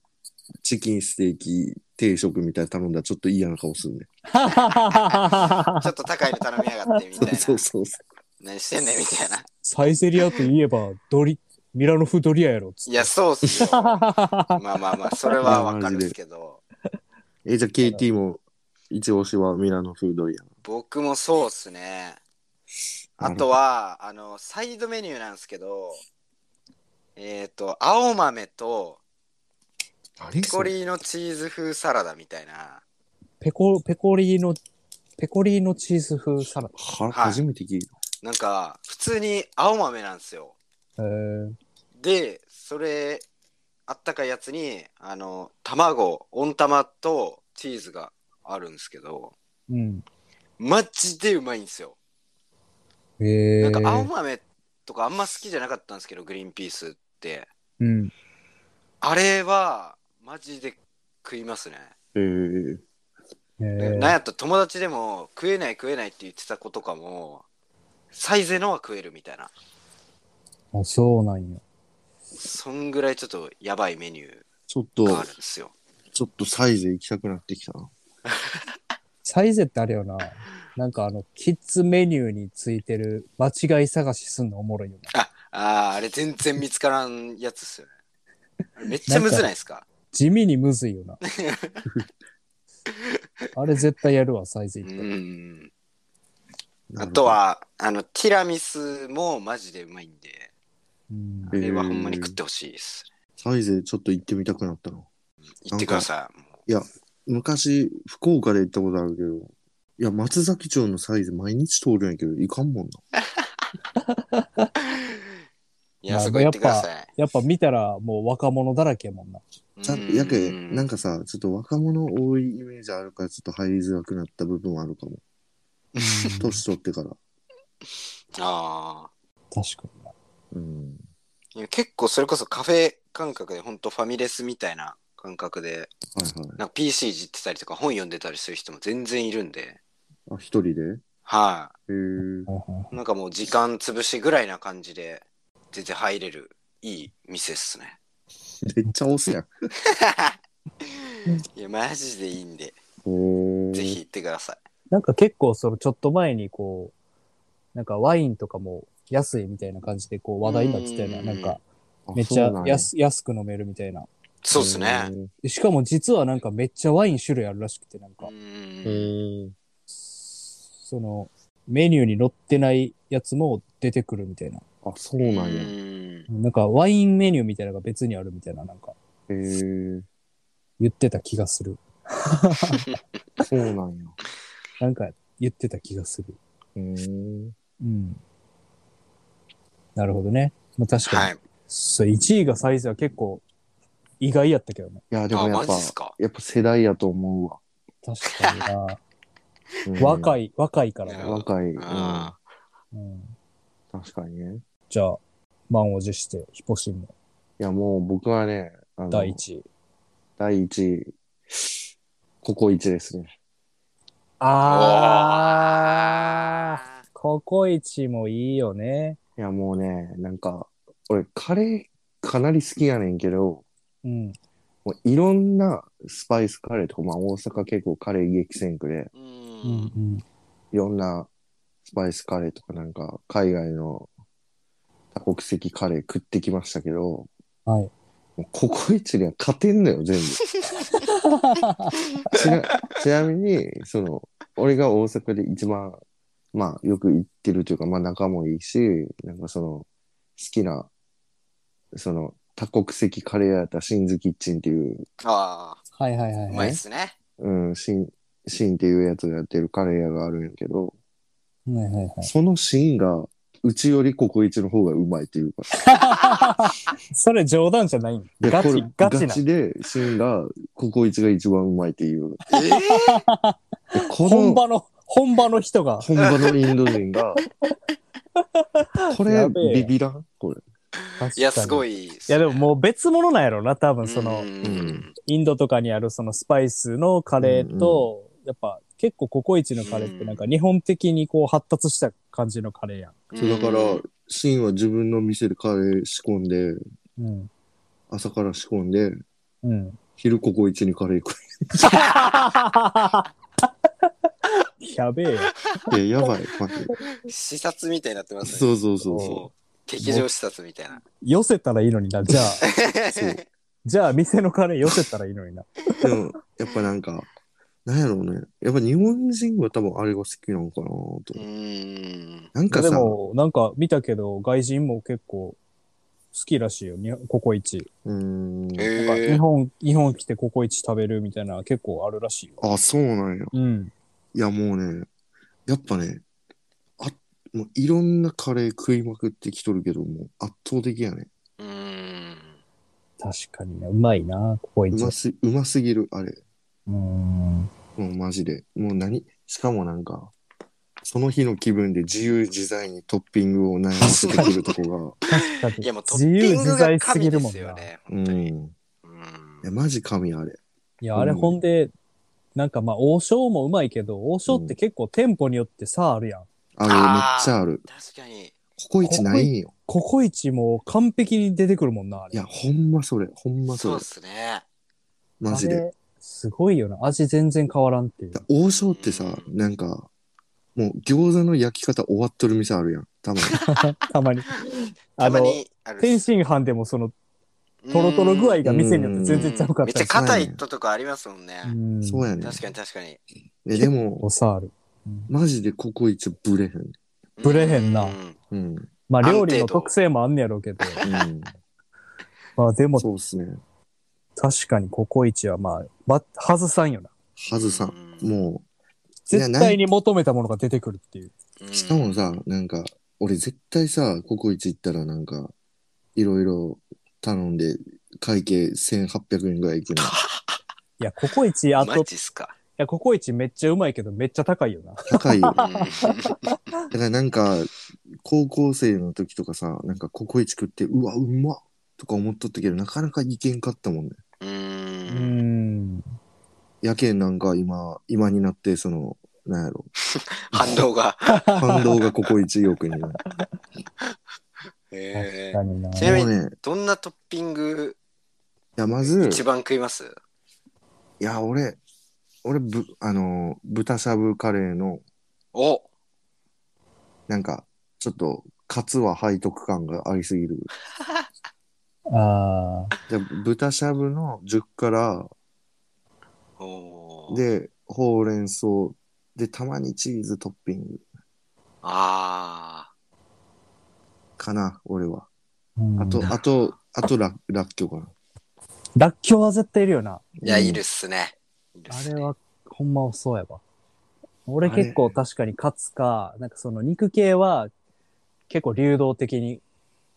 [SPEAKER 2] チキンステーキ、定食みたいなの頼んだらちょっと嫌な顔すんねん。
[SPEAKER 3] ちょっと高いの頼みやがってみたい な
[SPEAKER 2] そうそうそ
[SPEAKER 3] 何してんねんみたいな
[SPEAKER 1] サイゼリアといえばドリ、ミラノフドリアやろ。つ
[SPEAKER 3] いやそうっ すよまあまあまあそれはわかるっすけど
[SPEAKER 2] う。え、じゃあ KT も、一押しはミラノフードリア。
[SPEAKER 3] 僕もそうっすねあとはあのサイドメニューなんですけどえっ、と青豆と
[SPEAKER 2] あれ
[SPEAKER 3] ピコリーノチーズ風サラダみたいな
[SPEAKER 1] ペコ、ペコリーノ、ペコリーノチーズ風サラ
[SPEAKER 2] は、
[SPEAKER 3] はい
[SPEAKER 2] 初めて聞いた。
[SPEAKER 3] なんか普通に青豆なんですよ
[SPEAKER 1] ダ。へー
[SPEAKER 3] でそれあったかいやつにあの卵温玉とチーズがあるんですけど
[SPEAKER 1] うん。
[SPEAKER 3] マジでうまいんですよ、
[SPEAKER 1] へえ。
[SPEAKER 3] なんか青豆とかあんま好きじゃなかったんですけどグリーンピースって
[SPEAKER 1] うん。
[SPEAKER 3] あれはマジで食いますね、
[SPEAKER 2] えー、
[SPEAKER 1] へー
[SPEAKER 3] なんやったら友達でも食えない食えないって言ってた子とかもサイゼのは食えるみたいな
[SPEAKER 1] あ、そうなんや。
[SPEAKER 3] そんぐらいちょっとやばいメニュ
[SPEAKER 2] ちょっ
[SPEAKER 3] ーが
[SPEAKER 2] と
[SPEAKER 3] ある、んですよ
[SPEAKER 2] ちょっとサイズ行きたくなってきたな。
[SPEAKER 1] サイゼってあれよな。なんかあの、キッズメニューについてる間違い探しすんのおもろいよな。
[SPEAKER 3] あー、あれ全然見つからんやつっすよね。あれめっちゃむずないですか
[SPEAKER 1] 地味にむずいよ な。あれ絶対やるわ、サイズ
[SPEAKER 3] う
[SPEAKER 1] 行ったら
[SPEAKER 3] ん。あと、は、あの、ティラミスもマジでうまいんで、
[SPEAKER 1] うん
[SPEAKER 3] あれはほんまに食ってほしいです。
[SPEAKER 2] サイゼちょっと行ってみたくなったな。
[SPEAKER 3] 行ってください。
[SPEAKER 2] 昔、福岡で行ったことあるけど、いや、松崎町のサイズ毎日通るんやけど、いかんもんな。
[SPEAKER 3] いや、そこ行ってください。
[SPEAKER 1] やっぱ見たらもう若者だらけやもんな。
[SPEAKER 2] ちゃんやけ、なん
[SPEAKER 3] か、
[SPEAKER 2] かさ、ちょっと若者多いイメージあるから、ちょっと入りづらくなった部分はあるかも。年取ってから。
[SPEAKER 3] あ
[SPEAKER 1] 確かにな。
[SPEAKER 2] うん。
[SPEAKER 3] ーいや結構それこそカフェ感覚で、ほんとファミレスみたいな感覚で、
[SPEAKER 2] はいはい。
[SPEAKER 3] なんか PC いじってたりとか本読んでたりする人も全然いるんで、
[SPEAKER 2] あ、一人でへ
[SPEAKER 3] は
[SPEAKER 2] え。
[SPEAKER 1] はいはい
[SPEAKER 3] い。なんかもう時間潰しぐらいな感じで、全然入れる、いい店っすね。
[SPEAKER 2] めっちゃ押すやん。
[SPEAKER 3] いや、マジでいいんで、
[SPEAKER 2] お
[SPEAKER 3] ぜひ。行ってください。
[SPEAKER 1] なんか結構そのちょっと前にこう、なんかワインとかも安いみたいな感じでこう話題になってたよね。
[SPEAKER 3] うん
[SPEAKER 1] なんか
[SPEAKER 2] あ
[SPEAKER 1] めっちゃ
[SPEAKER 2] そうなんや
[SPEAKER 1] 安安く飲めるみたいな。
[SPEAKER 3] そうっすね。。
[SPEAKER 1] でしかも実はなんかめっちゃワイン種類あるらしくてなんか
[SPEAKER 3] う、。
[SPEAKER 2] うんん。
[SPEAKER 1] そのメニューに載ってないやつも出てくるみたいな。
[SPEAKER 2] あ、そう
[SPEAKER 3] う
[SPEAKER 2] なんや。へ
[SPEAKER 3] ん
[SPEAKER 1] なんかワインメニューみたいなのが別にあるみたいななんか
[SPEAKER 2] え。
[SPEAKER 1] 言ってた気がする。
[SPEAKER 2] そうなんや。
[SPEAKER 1] なんか言ってた気がする。
[SPEAKER 2] うん。
[SPEAKER 1] うん。なるほどね。まあ確かに。
[SPEAKER 3] はい。
[SPEAKER 1] そう、1位がサイズは結構意外やったけどね。
[SPEAKER 2] いや、で
[SPEAKER 3] あ、
[SPEAKER 2] もや
[SPEAKER 3] マ
[SPEAKER 2] っ
[SPEAKER 3] ジ
[SPEAKER 2] ぱ
[SPEAKER 3] っ、すか。
[SPEAKER 2] やっぱ世代やと思うわ。
[SPEAKER 1] 確かに な。
[SPEAKER 2] うん
[SPEAKER 1] 若い、若いから
[SPEAKER 3] い
[SPEAKER 1] な
[SPEAKER 3] や。
[SPEAKER 2] 若い。うん。
[SPEAKER 3] あ
[SPEAKER 1] うん、
[SPEAKER 2] 確かにね。
[SPEAKER 1] じゃあ、満を持して、ヒポシンの
[SPEAKER 2] いや、もう僕はね、あの
[SPEAKER 1] 第一位。
[SPEAKER 2] 第一位、ここ一ですね。
[SPEAKER 1] あー、
[SPEAKER 3] あ。
[SPEAKER 1] ココイチもいいよね。
[SPEAKER 2] いや、もうね、なんか、俺、カレーかなり好きやねんけど、
[SPEAKER 1] うん。
[SPEAKER 2] もういろんなスパイスカレーとか、まあ大阪結構カレー激戦区で、
[SPEAKER 3] う。
[SPEAKER 1] うんん
[SPEAKER 2] いろんなスパイスカレーとかなんか、海外の多国籍カレー食ってきましたけど、
[SPEAKER 1] うん。はい。
[SPEAKER 2] もうココイチには勝てんのよ、全部。ちなちなみに、その、俺が大阪で一番、まあ、よく行ってるというか、まあ、仲もいいし、なんかその、好きな、その、多国籍カレー屋やったシンズキッチンっていう、
[SPEAKER 3] あ
[SPEAKER 1] はいはいは
[SPEAKER 3] あ、う
[SPEAKER 1] い
[SPEAKER 3] ま
[SPEAKER 1] はい
[SPEAKER 3] っ
[SPEAKER 1] い。
[SPEAKER 3] すね。
[SPEAKER 2] うん、シン、シンっていうやつがやってるカレー屋があるんやけど、
[SPEAKER 1] はいはいはい。
[SPEAKER 2] そのシーンが、うちよりココイチの方がうまいっていうか、
[SPEAKER 1] それ冗談じゃないん
[SPEAKER 2] で
[SPEAKER 1] ガ
[SPEAKER 2] こ
[SPEAKER 1] チ
[SPEAKER 2] れ、
[SPEAKER 1] ガチな
[SPEAKER 2] ガ。チで、シンが、ココイチが一番うまいっていう。
[SPEAKER 3] えー
[SPEAKER 2] でこ
[SPEAKER 1] 本
[SPEAKER 2] の
[SPEAKER 1] 場の、本場の人が。
[SPEAKER 2] 本場のインド人 が、これ
[SPEAKER 1] やべえ、
[SPEAKER 2] ビビらんこれ。
[SPEAKER 3] いや、すご
[SPEAKER 1] い。
[SPEAKER 3] いっ
[SPEAKER 1] い
[SPEAKER 3] すね。
[SPEAKER 1] やでももう別物なんやろな、多
[SPEAKER 3] う
[SPEAKER 1] 分
[SPEAKER 3] ん、
[SPEAKER 1] その、
[SPEAKER 3] うん
[SPEAKER 1] インドとかにあるそのスパイスのカレーと、やっぱ結構ココイチのカレーってなんか日本的にこう発達した感じのカレーや
[SPEAKER 2] そうだから
[SPEAKER 3] うん、
[SPEAKER 2] シーンは自分の店でカレー仕込んで、
[SPEAKER 1] ん。うん。
[SPEAKER 2] 朝から仕込んで、
[SPEAKER 1] うん。
[SPEAKER 2] 昼ここ一にカレー食
[SPEAKER 1] やべえよ。
[SPEAKER 2] って、やばい、マジ
[SPEAKER 3] 視察みたいになってま
[SPEAKER 2] で。
[SPEAKER 3] すね。
[SPEAKER 2] そうそうそう
[SPEAKER 3] も
[SPEAKER 2] そう
[SPEAKER 3] 劇場視察みたいな。
[SPEAKER 1] 寄せたらいいのにな。じゃあ、
[SPEAKER 2] そう
[SPEAKER 1] じゃあ店のカレー寄せたらいいのにな。
[SPEAKER 2] う。でも、やっぱなんか、なんやろうね。やっぱ日本人は多分あれが好きなのかなと。
[SPEAKER 3] うーん。
[SPEAKER 2] なんか
[SPEAKER 1] で
[SPEAKER 2] さ、
[SPEAKER 1] も、なんか見たけど、外人も結構好きらしいよ、にココイチ。
[SPEAKER 2] うーん。
[SPEAKER 1] なんか日
[SPEAKER 3] えー、
[SPEAKER 1] 本、日本来てココイチ食べるみたいなの結構あるらしいよ。
[SPEAKER 2] あ、そうなんや。
[SPEAKER 1] うん。
[SPEAKER 2] いや、もうね、やっぱね、あ、もういろんなカレー食いまくってきとるけど、もう圧倒的やね。
[SPEAKER 3] うーん。
[SPEAKER 1] 確かにね、うまいな、ココイ
[SPEAKER 2] う
[SPEAKER 1] チ
[SPEAKER 2] ま。す、うますぎる、あれ。
[SPEAKER 1] うん。
[SPEAKER 2] もうマジで。もう何しかもなんか、その日の気分で自由自在にトッピングを悩ませてくるとこ
[SPEAKER 1] 確かに。
[SPEAKER 3] いや、もうト
[SPEAKER 1] 自
[SPEAKER 3] ッピ
[SPEAKER 1] 由
[SPEAKER 3] ング
[SPEAKER 1] 自
[SPEAKER 3] が
[SPEAKER 1] 在すぎ
[SPEAKER 3] 神
[SPEAKER 1] る
[SPEAKER 3] で
[SPEAKER 1] もん
[SPEAKER 3] す
[SPEAKER 1] な。
[SPEAKER 3] よ
[SPEAKER 2] が。
[SPEAKER 3] ね。
[SPEAKER 2] う
[SPEAKER 3] 本当
[SPEAKER 2] ん。
[SPEAKER 3] に。
[SPEAKER 2] い
[SPEAKER 3] うん
[SPEAKER 2] や、マジ神あれ。
[SPEAKER 1] いや、あれ
[SPEAKER 2] うん
[SPEAKER 1] ほんで、なんかまあ、王将もうまいけど、王将って結構店舗によって差あるやん。
[SPEAKER 2] あれめっ
[SPEAKER 3] あー
[SPEAKER 2] ちゃある。
[SPEAKER 3] 確かに。
[SPEAKER 2] ココイチないんよ。
[SPEAKER 1] ココイチも完璧に出てくるもんな、あれ。
[SPEAKER 2] いや、ほんまそれ。ほんま
[SPEAKER 3] そう
[SPEAKER 2] そ
[SPEAKER 3] っ
[SPEAKER 2] れ。
[SPEAKER 3] すね。
[SPEAKER 2] マジ
[SPEAKER 1] あ
[SPEAKER 2] で。
[SPEAKER 1] れ。すごいよな。味全然変わらんっていう。
[SPEAKER 2] 王将ってさ、なんか、もう餃子の焼き方終わっとる店あるやん。たまに。
[SPEAKER 1] た まに。あ
[SPEAKER 3] たま
[SPEAKER 1] の、
[SPEAKER 3] にある
[SPEAKER 1] 天津飯でもその、トロトロ具合が店によって全然ちゃうか
[SPEAKER 3] うん
[SPEAKER 1] っ
[SPEAKER 3] めったちゃ
[SPEAKER 1] りす
[SPEAKER 3] 硬いととかありますもんね。
[SPEAKER 1] る。うん
[SPEAKER 2] そうやねん。
[SPEAKER 3] 確かに確かに。
[SPEAKER 2] え、でも、
[SPEAKER 1] おさある。
[SPEAKER 2] マジでココイチブレへん。
[SPEAKER 1] ぶれへんな
[SPEAKER 3] うん
[SPEAKER 2] うん。うん。
[SPEAKER 1] まあ
[SPEAKER 3] 安定
[SPEAKER 1] 料理の
[SPEAKER 3] 度
[SPEAKER 1] 特性もあんねやろうけど。まあでも
[SPEAKER 2] そうっすね。
[SPEAKER 1] 確かにココイチはまあ、ば、外さんよな。
[SPEAKER 2] はずさん。もいや
[SPEAKER 1] 絶対に求めたものが出てくるっていう。
[SPEAKER 3] うん
[SPEAKER 2] う、しか もさ、なんか、俺絶対さ、ココイチ行ったらなんか、いろいろ頼んで、会計1800円ぐらいい くの。
[SPEAKER 1] いや、ココイチ、あと、
[SPEAKER 3] マ
[SPEAKER 1] い
[SPEAKER 3] ジっすか。
[SPEAKER 1] や、ココイチめっちゃうまいけど、めっちゃ高いよな。
[SPEAKER 2] 高いよ。
[SPEAKER 3] う
[SPEAKER 2] だ
[SPEAKER 3] ん
[SPEAKER 2] からなんか、高校生の時とかさ、なんかココイチ食って、うわ、うまっとか思っとったけど、なかなか行けんかったもんね。
[SPEAKER 3] う。
[SPEAKER 1] うんん。
[SPEAKER 2] やけんなんか今、今になって、その、なんや ろ、
[SPEAKER 3] 反動が。
[SPEAKER 2] 反動がココイチ欲にな る。
[SPEAKER 3] へー
[SPEAKER 1] 確かにな。
[SPEAKER 3] ちなみに
[SPEAKER 2] もうね、
[SPEAKER 3] どんなトッピング
[SPEAKER 2] いや、まず、
[SPEAKER 3] 一番食います
[SPEAKER 2] いや、俺、俺、ぶ、あのー、豚しゃぶカレーの、
[SPEAKER 3] お
[SPEAKER 2] なんか、ちょっと、カツは背徳感がありすぎる。
[SPEAKER 1] ああ。
[SPEAKER 2] で、豚しゃぶの10から、
[SPEAKER 3] おー
[SPEAKER 2] で、ほうれん草、で、たまにチーズトッピング
[SPEAKER 3] あ
[SPEAKER 2] かな、俺は。
[SPEAKER 1] うん
[SPEAKER 2] あと、あと、あとら、らっきょうかな。
[SPEAKER 1] らっきょうは絶対いるよな。
[SPEAKER 3] ー。いや、
[SPEAKER 2] うん
[SPEAKER 3] いるっすね。いるっ
[SPEAKER 1] あ
[SPEAKER 3] す
[SPEAKER 1] れ
[SPEAKER 3] ね
[SPEAKER 1] は、ほんまそうやわ。俺結構確かにカツか、なんかその肉系は結構流動的に、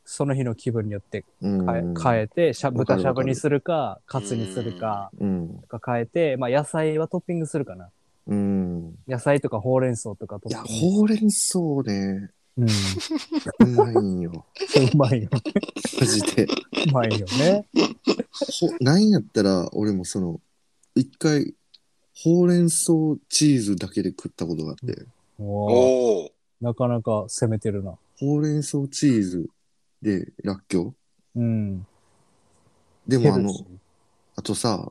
[SPEAKER 1] その日の気分によって変え,、
[SPEAKER 2] うん。
[SPEAKER 1] 変えて、しゃ
[SPEAKER 2] わか
[SPEAKER 1] 豚
[SPEAKER 2] る
[SPEAKER 1] しゃぶにするか、カツにするか、
[SPEAKER 2] うん。
[SPEAKER 1] とか変えて、まあ野菜はトッピングするかな。
[SPEAKER 2] うん。
[SPEAKER 1] 野菜とかほうれん草とかト
[SPEAKER 2] いや、
[SPEAKER 1] ッピング。
[SPEAKER 2] ほうれん草ね、
[SPEAKER 1] うん。
[SPEAKER 2] うまいんよ。
[SPEAKER 1] うまいよ。
[SPEAKER 2] マジで。
[SPEAKER 1] うまいよね。
[SPEAKER 2] ほ、なんやったら、俺もその、一回、ほうれん草チーズだけで食ったことがあって、
[SPEAKER 1] おー
[SPEAKER 3] おお。
[SPEAKER 1] なかなか攻めてるな。
[SPEAKER 2] ほうれん草チーズで、らっきょう
[SPEAKER 1] うん。
[SPEAKER 2] でもあ
[SPEAKER 1] ヘル
[SPEAKER 2] の
[SPEAKER 1] シ、ー
[SPEAKER 2] あとさ、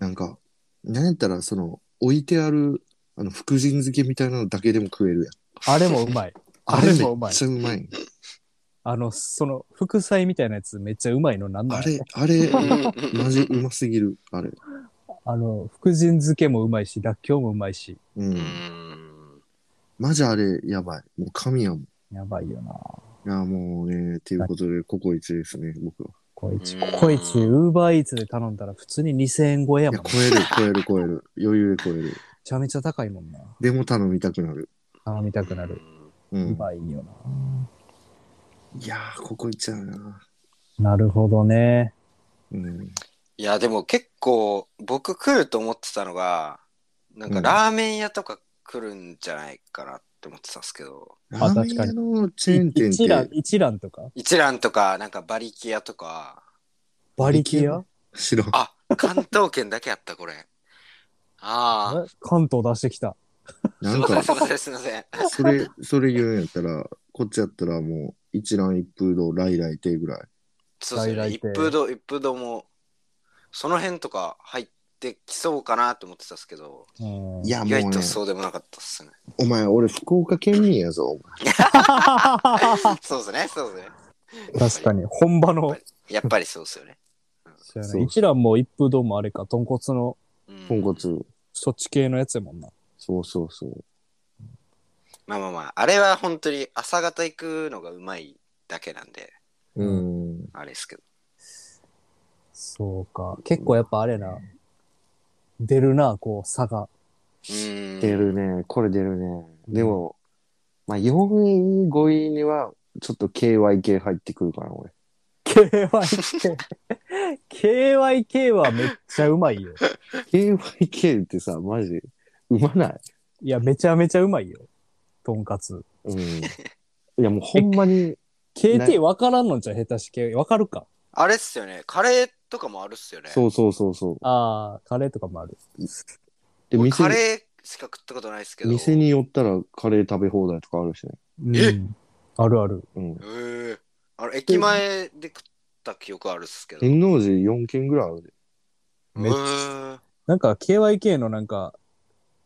[SPEAKER 2] なんか、なんやったら、その、置いてある、あの、福神漬けみたいなのだけでも食えるやん。
[SPEAKER 1] あれもうまい。あ
[SPEAKER 2] あ
[SPEAKER 1] れ
[SPEAKER 2] れ
[SPEAKER 1] もう
[SPEAKER 2] め
[SPEAKER 1] まい
[SPEAKER 2] っちゃうまい。
[SPEAKER 1] あの、その、副菜みたいなやつめっちゃうまいのなんな
[SPEAKER 2] あ
[SPEAKER 1] ん
[SPEAKER 2] れ、あれ、
[SPEAKER 3] うん
[SPEAKER 2] マジうますぎる、あれ。
[SPEAKER 1] あの、福神漬けもうまいし、らっきょうもうまいし。
[SPEAKER 2] う。
[SPEAKER 3] うんん
[SPEAKER 2] マジあれ、やばい。もう神やもん。い
[SPEAKER 1] やばいよな。
[SPEAKER 2] や、もうね、っていうことで、ココイチですね、僕は。
[SPEAKER 1] ココイチ。
[SPEAKER 3] うん
[SPEAKER 1] ココイチ、ウーバーイーツで頼んだら普通に2000円超えや
[SPEAKER 2] い
[SPEAKER 1] も
[SPEAKER 2] や、
[SPEAKER 1] ん。
[SPEAKER 2] 超
[SPEAKER 1] め
[SPEAKER 2] える、超える、超える。余裕で超える。
[SPEAKER 1] ちゃめちゃ高いもんな。
[SPEAKER 2] でも頼みたくなる。
[SPEAKER 1] 頼みたくなる。。
[SPEAKER 2] う。
[SPEAKER 1] うんまいよ
[SPEAKER 2] いやー、ここ行っちゃうな。
[SPEAKER 1] な。なるほどね。
[SPEAKER 2] うん。
[SPEAKER 3] いや、でも結構僕来ると思ってたのが、なん
[SPEAKER 2] う
[SPEAKER 3] か
[SPEAKER 2] ん
[SPEAKER 3] ラーメン屋とか来るんじゃないかなって思ってたんですけど、
[SPEAKER 2] ラ
[SPEAKER 1] あ
[SPEAKER 2] ーメ
[SPEAKER 1] 確
[SPEAKER 2] ン
[SPEAKER 1] かに
[SPEAKER 2] 屋のチェーン
[SPEAKER 1] い
[SPEAKER 2] 店
[SPEAKER 1] 一蘭
[SPEAKER 2] っ、て
[SPEAKER 1] 一蘭とか
[SPEAKER 3] 一蘭とか、なんか馬力屋とか、
[SPEAKER 1] 馬力屋
[SPEAKER 2] 知らん。
[SPEAKER 3] あ、関東圏だけあった、これ。あ
[SPEAKER 1] え関東出してきた。
[SPEAKER 3] あ、
[SPEAKER 2] な
[SPEAKER 3] すい
[SPEAKER 2] ん
[SPEAKER 3] ません、
[SPEAKER 2] か
[SPEAKER 3] すい、ません、すいません。
[SPEAKER 2] それ、それ言うんやったら、こっちやったらもう、一蘭一風堂、来来亭ぐらい。
[SPEAKER 3] そうですね、
[SPEAKER 1] 外来
[SPEAKER 3] 一
[SPEAKER 1] 亭
[SPEAKER 3] 風堂、一風堂も、その辺とか入ってきそうかなと思ってたんですけど、
[SPEAKER 1] うん
[SPEAKER 2] いや、
[SPEAKER 3] 意
[SPEAKER 2] もうね
[SPEAKER 3] 外と、そうでもなかった っすね。
[SPEAKER 2] お前、俺、福岡県民やぞ、お前。
[SPEAKER 3] そうですね、そうですね。
[SPEAKER 1] 確かに、本場の。
[SPEAKER 3] やっぱりそうですよね。
[SPEAKER 1] そうやな
[SPEAKER 2] そう
[SPEAKER 1] 一蘭も一風堂もあれか、豚骨の、
[SPEAKER 3] うん
[SPEAKER 2] 豚骨。
[SPEAKER 1] そっち系のやつやもんな。
[SPEAKER 2] そうそうそう。
[SPEAKER 3] まあまあまあ、あれは本当に朝方行くのがうまいだけなんで、
[SPEAKER 2] うん。
[SPEAKER 3] あれですけど。
[SPEAKER 1] そうか。結構やっぱあれやな。出るな、こう、差が。
[SPEAKER 3] うん。
[SPEAKER 2] 出るね、これ出るね。でも、まあ、4位、5位には、ちょっと KYK 入ってくるかな、俺。
[SPEAKER 1] KYK。KYK はめっちゃうまいよ。
[SPEAKER 2] KYK ってさ、マジ、うまない。
[SPEAKER 1] いや、めちゃめちゃうまいよ。とんかつ。
[SPEAKER 2] うん。いや、もうほんま に、
[SPEAKER 1] KT わからんのじゃう下手しけ。わかるか。
[SPEAKER 3] あれっすよね。カレーとかもあるっすよね。
[SPEAKER 2] そうそうそうそう。
[SPEAKER 1] ああ、カレーとかもある。
[SPEAKER 2] で、
[SPEAKER 3] 僕
[SPEAKER 2] 店
[SPEAKER 3] カ
[SPEAKER 2] に、
[SPEAKER 3] レーしか食ったことないですけど。
[SPEAKER 2] 店に寄ったらカレー食べ放題とかあるしね。
[SPEAKER 1] うん
[SPEAKER 3] え
[SPEAKER 1] あるある。
[SPEAKER 2] うん
[SPEAKER 3] へ。ーあれ、駅前で食った記憶あるっすけど。
[SPEAKER 2] 天王寺4軒ぐらいあるで。
[SPEAKER 1] めっちゃ
[SPEAKER 3] うーん
[SPEAKER 1] なんか KYK のなんか、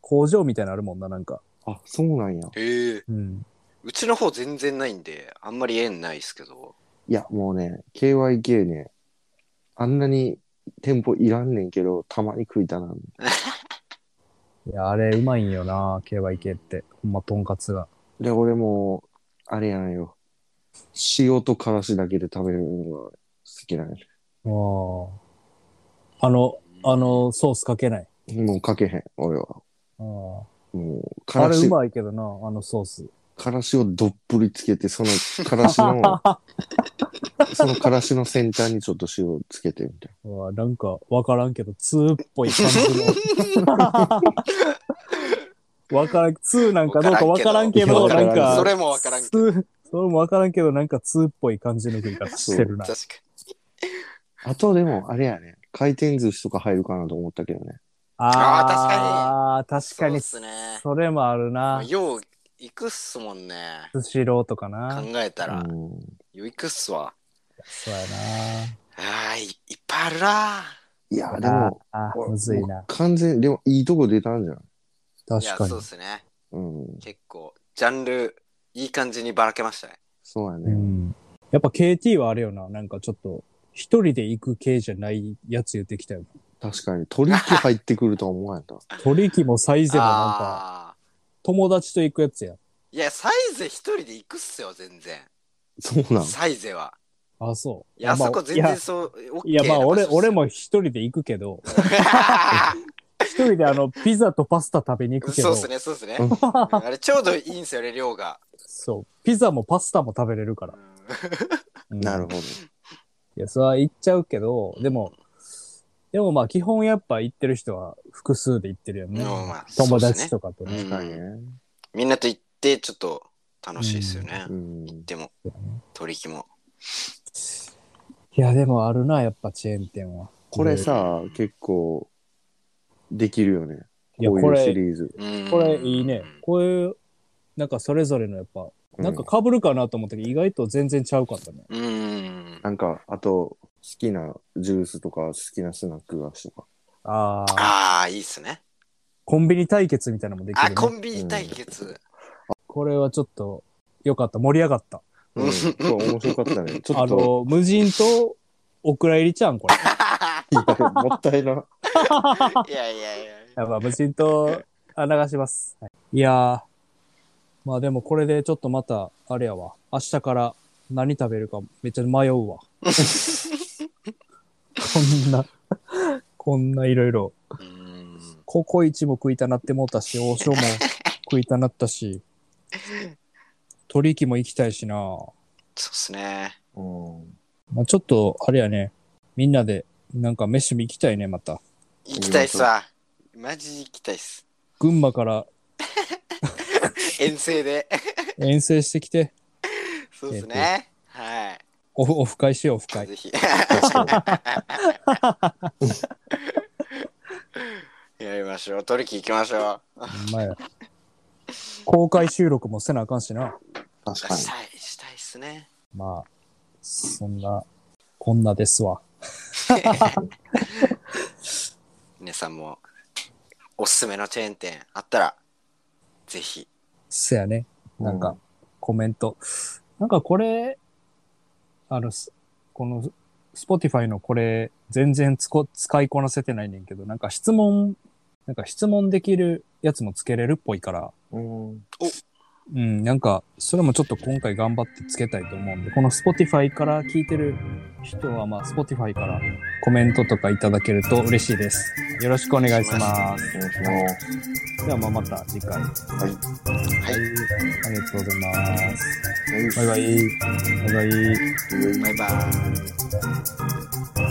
[SPEAKER 1] 工場みたいなのあるもんな、なんか。
[SPEAKER 2] あ、そうなんや。
[SPEAKER 3] ええ
[SPEAKER 1] うん。
[SPEAKER 3] うちの方全然ないんで、あんまり縁ないですけど。
[SPEAKER 2] いや、もうね、KYK ね、あんなに店舗いらんねんけど、たまに食いたな。
[SPEAKER 1] いや、あれ、うまいんよな、KYK って。ほんま、とんかつが。
[SPEAKER 2] で、俺も、あれやんよ。塩とからしだけで食べるのが好きなんや。
[SPEAKER 1] あーあの、あの、ソースかけない。
[SPEAKER 2] もうかけへん、俺は。
[SPEAKER 1] あー
[SPEAKER 2] もう、か
[SPEAKER 1] あ
[SPEAKER 2] ら
[SPEAKER 1] れ、う
[SPEAKER 2] し、
[SPEAKER 1] まいけどな、あのソース。
[SPEAKER 2] からしをどっぷりつけて、そのからしの、そのからしの先端にちょっと塩つけてみたい
[SPEAKER 1] わあなんかわからんけど、2っぽい感じ の。わからん、2なんかどうかわからんけど、
[SPEAKER 2] わから
[SPEAKER 1] なん
[SPEAKER 2] けど
[SPEAKER 1] んか、
[SPEAKER 3] それもわからんけど。
[SPEAKER 1] ツーそれもわからんけど、なんか2っぽい感じの食い方してるな。
[SPEAKER 3] 確か
[SPEAKER 2] な。あとでも、あれやね、回転寿司とか入るかなと思ったけどね。
[SPEAKER 1] ああ、確か
[SPEAKER 3] そうっ
[SPEAKER 1] に。
[SPEAKER 3] すね
[SPEAKER 1] それもあるな
[SPEAKER 3] に。。よう行くっすもんね。
[SPEAKER 1] スシローとかな
[SPEAKER 3] 考。えたら。
[SPEAKER 2] うん
[SPEAKER 3] よう行くっすわ。
[SPEAKER 1] そうや
[SPEAKER 3] あーいいっぱいあるない
[SPEAKER 2] や、
[SPEAKER 1] な。
[SPEAKER 2] でも、
[SPEAKER 1] あー
[SPEAKER 2] 俺
[SPEAKER 1] むずいな。
[SPEAKER 2] 完全、でも、いいとこ出たんじゃん。
[SPEAKER 3] いや
[SPEAKER 1] 確か
[SPEAKER 3] そう
[SPEAKER 1] に
[SPEAKER 3] で。すね
[SPEAKER 2] うん。
[SPEAKER 3] 結構ジャンルいい感じにばらけましたね
[SPEAKER 2] そうや
[SPEAKER 1] う
[SPEAKER 2] ね。
[SPEAKER 1] ん。やっぱ KT はあれよな。なんかちょっと、一人で行く系じゃないやつ言ってきたよ。
[SPEAKER 2] 確かに。取引入ってくるとは 思わんやった。
[SPEAKER 1] 取引もサイゼもなんか、
[SPEAKER 3] ああ
[SPEAKER 1] 友達と行くやつや。
[SPEAKER 3] ーいやサイゼ一人で行くっすよ全然
[SPEAKER 2] そうなん。
[SPEAKER 3] サイゼは
[SPEAKER 1] あ、そう。
[SPEAKER 3] いやあそこ全
[SPEAKER 1] まあ
[SPEAKER 3] 然そう
[SPEAKER 1] いや、いやまあ俺、俺。
[SPEAKER 3] オッケーな場所っ
[SPEAKER 1] も一人で行くけど、
[SPEAKER 3] す
[SPEAKER 1] 一人であ の、ピザとパスタ食べに行くけ
[SPEAKER 3] そう
[SPEAKER 1] ど、
[SPEAKER 3] っすねそうっすね
[SPEAKER 2] う
[SPEAKER 3] う
[SPEAKER 2] ん
[SPEAKER 3] んあれちょうどいいんすよね量が
[SPEAKER 1] そう、ピザもパスタも食べれるから
[SPEAKER 3] う。ん
[SPEAKER 1] うん
[SPEAKER 2] なるほど。
[SPEAKER 1] いや、それは行っちゃうけど、でも、でもまあ基本やっぱ行ってる人は複数で行ってるよね。
[SPEAKER 3] うんまあ
[SPEAKER 1] 友達とかと
[SPEAKER 3] そうっす
[SPEAKER 1] ね。
[SPEAKER 2] 確かにね。
[SPEAKER 3] みんなと行ってちょっと楽しいっすよね
[SPEAKER 2] うん。
[SPEAKER 3] でも取引も
[SPEAKER 1] いや、でもあるな、やっぱチェーン店は。
[SPEAKER 2] これさ、結構、できるよね。
[SPEAKER 1] いや
[SPEAKER 2] こう
[SPEAKER 1] こ
[SPEAKER 2] いう
[SPEAKER 1] れ
[SPEAKER 2] シリーズ。
[SPEAKER 3] うん
[SPEAKER 1] これいいね。こういう、なんかそれぞれのやっぱ、なんか
[SPEAKER 2] う
[SPEAKER 1] 被るかなと思ったけど、意外と全然ちゃうかったね。
[SPEAKER 3] うん
[SPEAKER 2] なんか、あと、好きなジュースとか、好きなスナック菓子とか。
[SPEAKER 1] ああ、
[SPEAKER 3] ああいいっすね
[SPEAKER 1] コンビニ対決みたいなのもできる、
[SPEAKER 3] あ
[SPEAKER 1] ね。
[SPEAKER 3] コンビニ対決
[SPEAKER 1] これはちょっと、よかった。盛り上がった。
[SPEAKER 2] うん。そう、面白かったね。ちょ
[SPEAKER 1] あ
[SPEAKER 2] っと、
[SPEAKER 1] の、無人島、お蔵入りちゃうん、これ。
[SPEAKER 2] いやもったいな。
[SPEAKER 3] いやいやいや
[SPEAKER 1] やっぱ無人島、あ、流します。はい、いやー。まあでもこれでちょっとまた、あれやわ。明日から何食べるかめっちゃ迷うわ。こんな、こんないろいろ。
[SPEAKER 3] うん
[SPEAKER 1] ココイチも食いたなってもうたし、王将も食いたなったし、取引も行きたいしな。
[SPEAKER 3] そうっすね
[SPEAKER 2] うん。
[SPEAKER 1] まあ、ちょっと、あれやね。みんなで、なんか飯見行きたいね、また。
[SPEAKER 3] 行きたいっすわマジ行きたいっす
[SPEAKER 1] 群馬から
[SPEAKER 3] 遠征 で
[SPEAKER 1] 遠征してきて、
[SPEAKER 3] そうっすねはい
[SPEAKER 1] オフ、オフ会しよう、オフ会。
[SPEAKER 3] ぜひ
[SPEAKER 2] 確か
[SPEAKER 3] やりましょう取り引き行きましょう
[SPEAKER 1] ほんまや公開収録もせなあかんしな。
[SPEAKER 2] に。確かに
[SPEAKER 3] し。たいしたいっすね
[SPEAKER 1] まあ、そんな、こんなですわ。
[SPEAKER 3] 皆さんもおすすめのチェーン店あったらぜひ
[SPEAKER 1] せやね。なん
[SPEAKER 2] う
[SPEAKER 1] か、コメント。なんかこれ、あの、すこの、Spotify のこれ、全然つこ使いこなせてないねんけど、なんか質問、なんか質問できるやつもつけれるっぽいから、
[SPEAKER 2] うん。
[SPEAKER 1] うん、なんか、それもちょっと今回頑張ってつけたいと思うんで、この Spotify から聞いてる人は、まあ、Spotify からコメントとかいただけると嬉しいです。よろしくお願いします。
[SPEAKER 2] お願いします。
[SPEAKER 1] では、まあ、また次回。はい。
[SPEAKER 3] はい
[SPEAKER 1] ありがとうございます。
[SPEAKER 2] はい
[SPEAKER 1] バイバイ。バイバイ。
[SPEAKER 3] バイバイ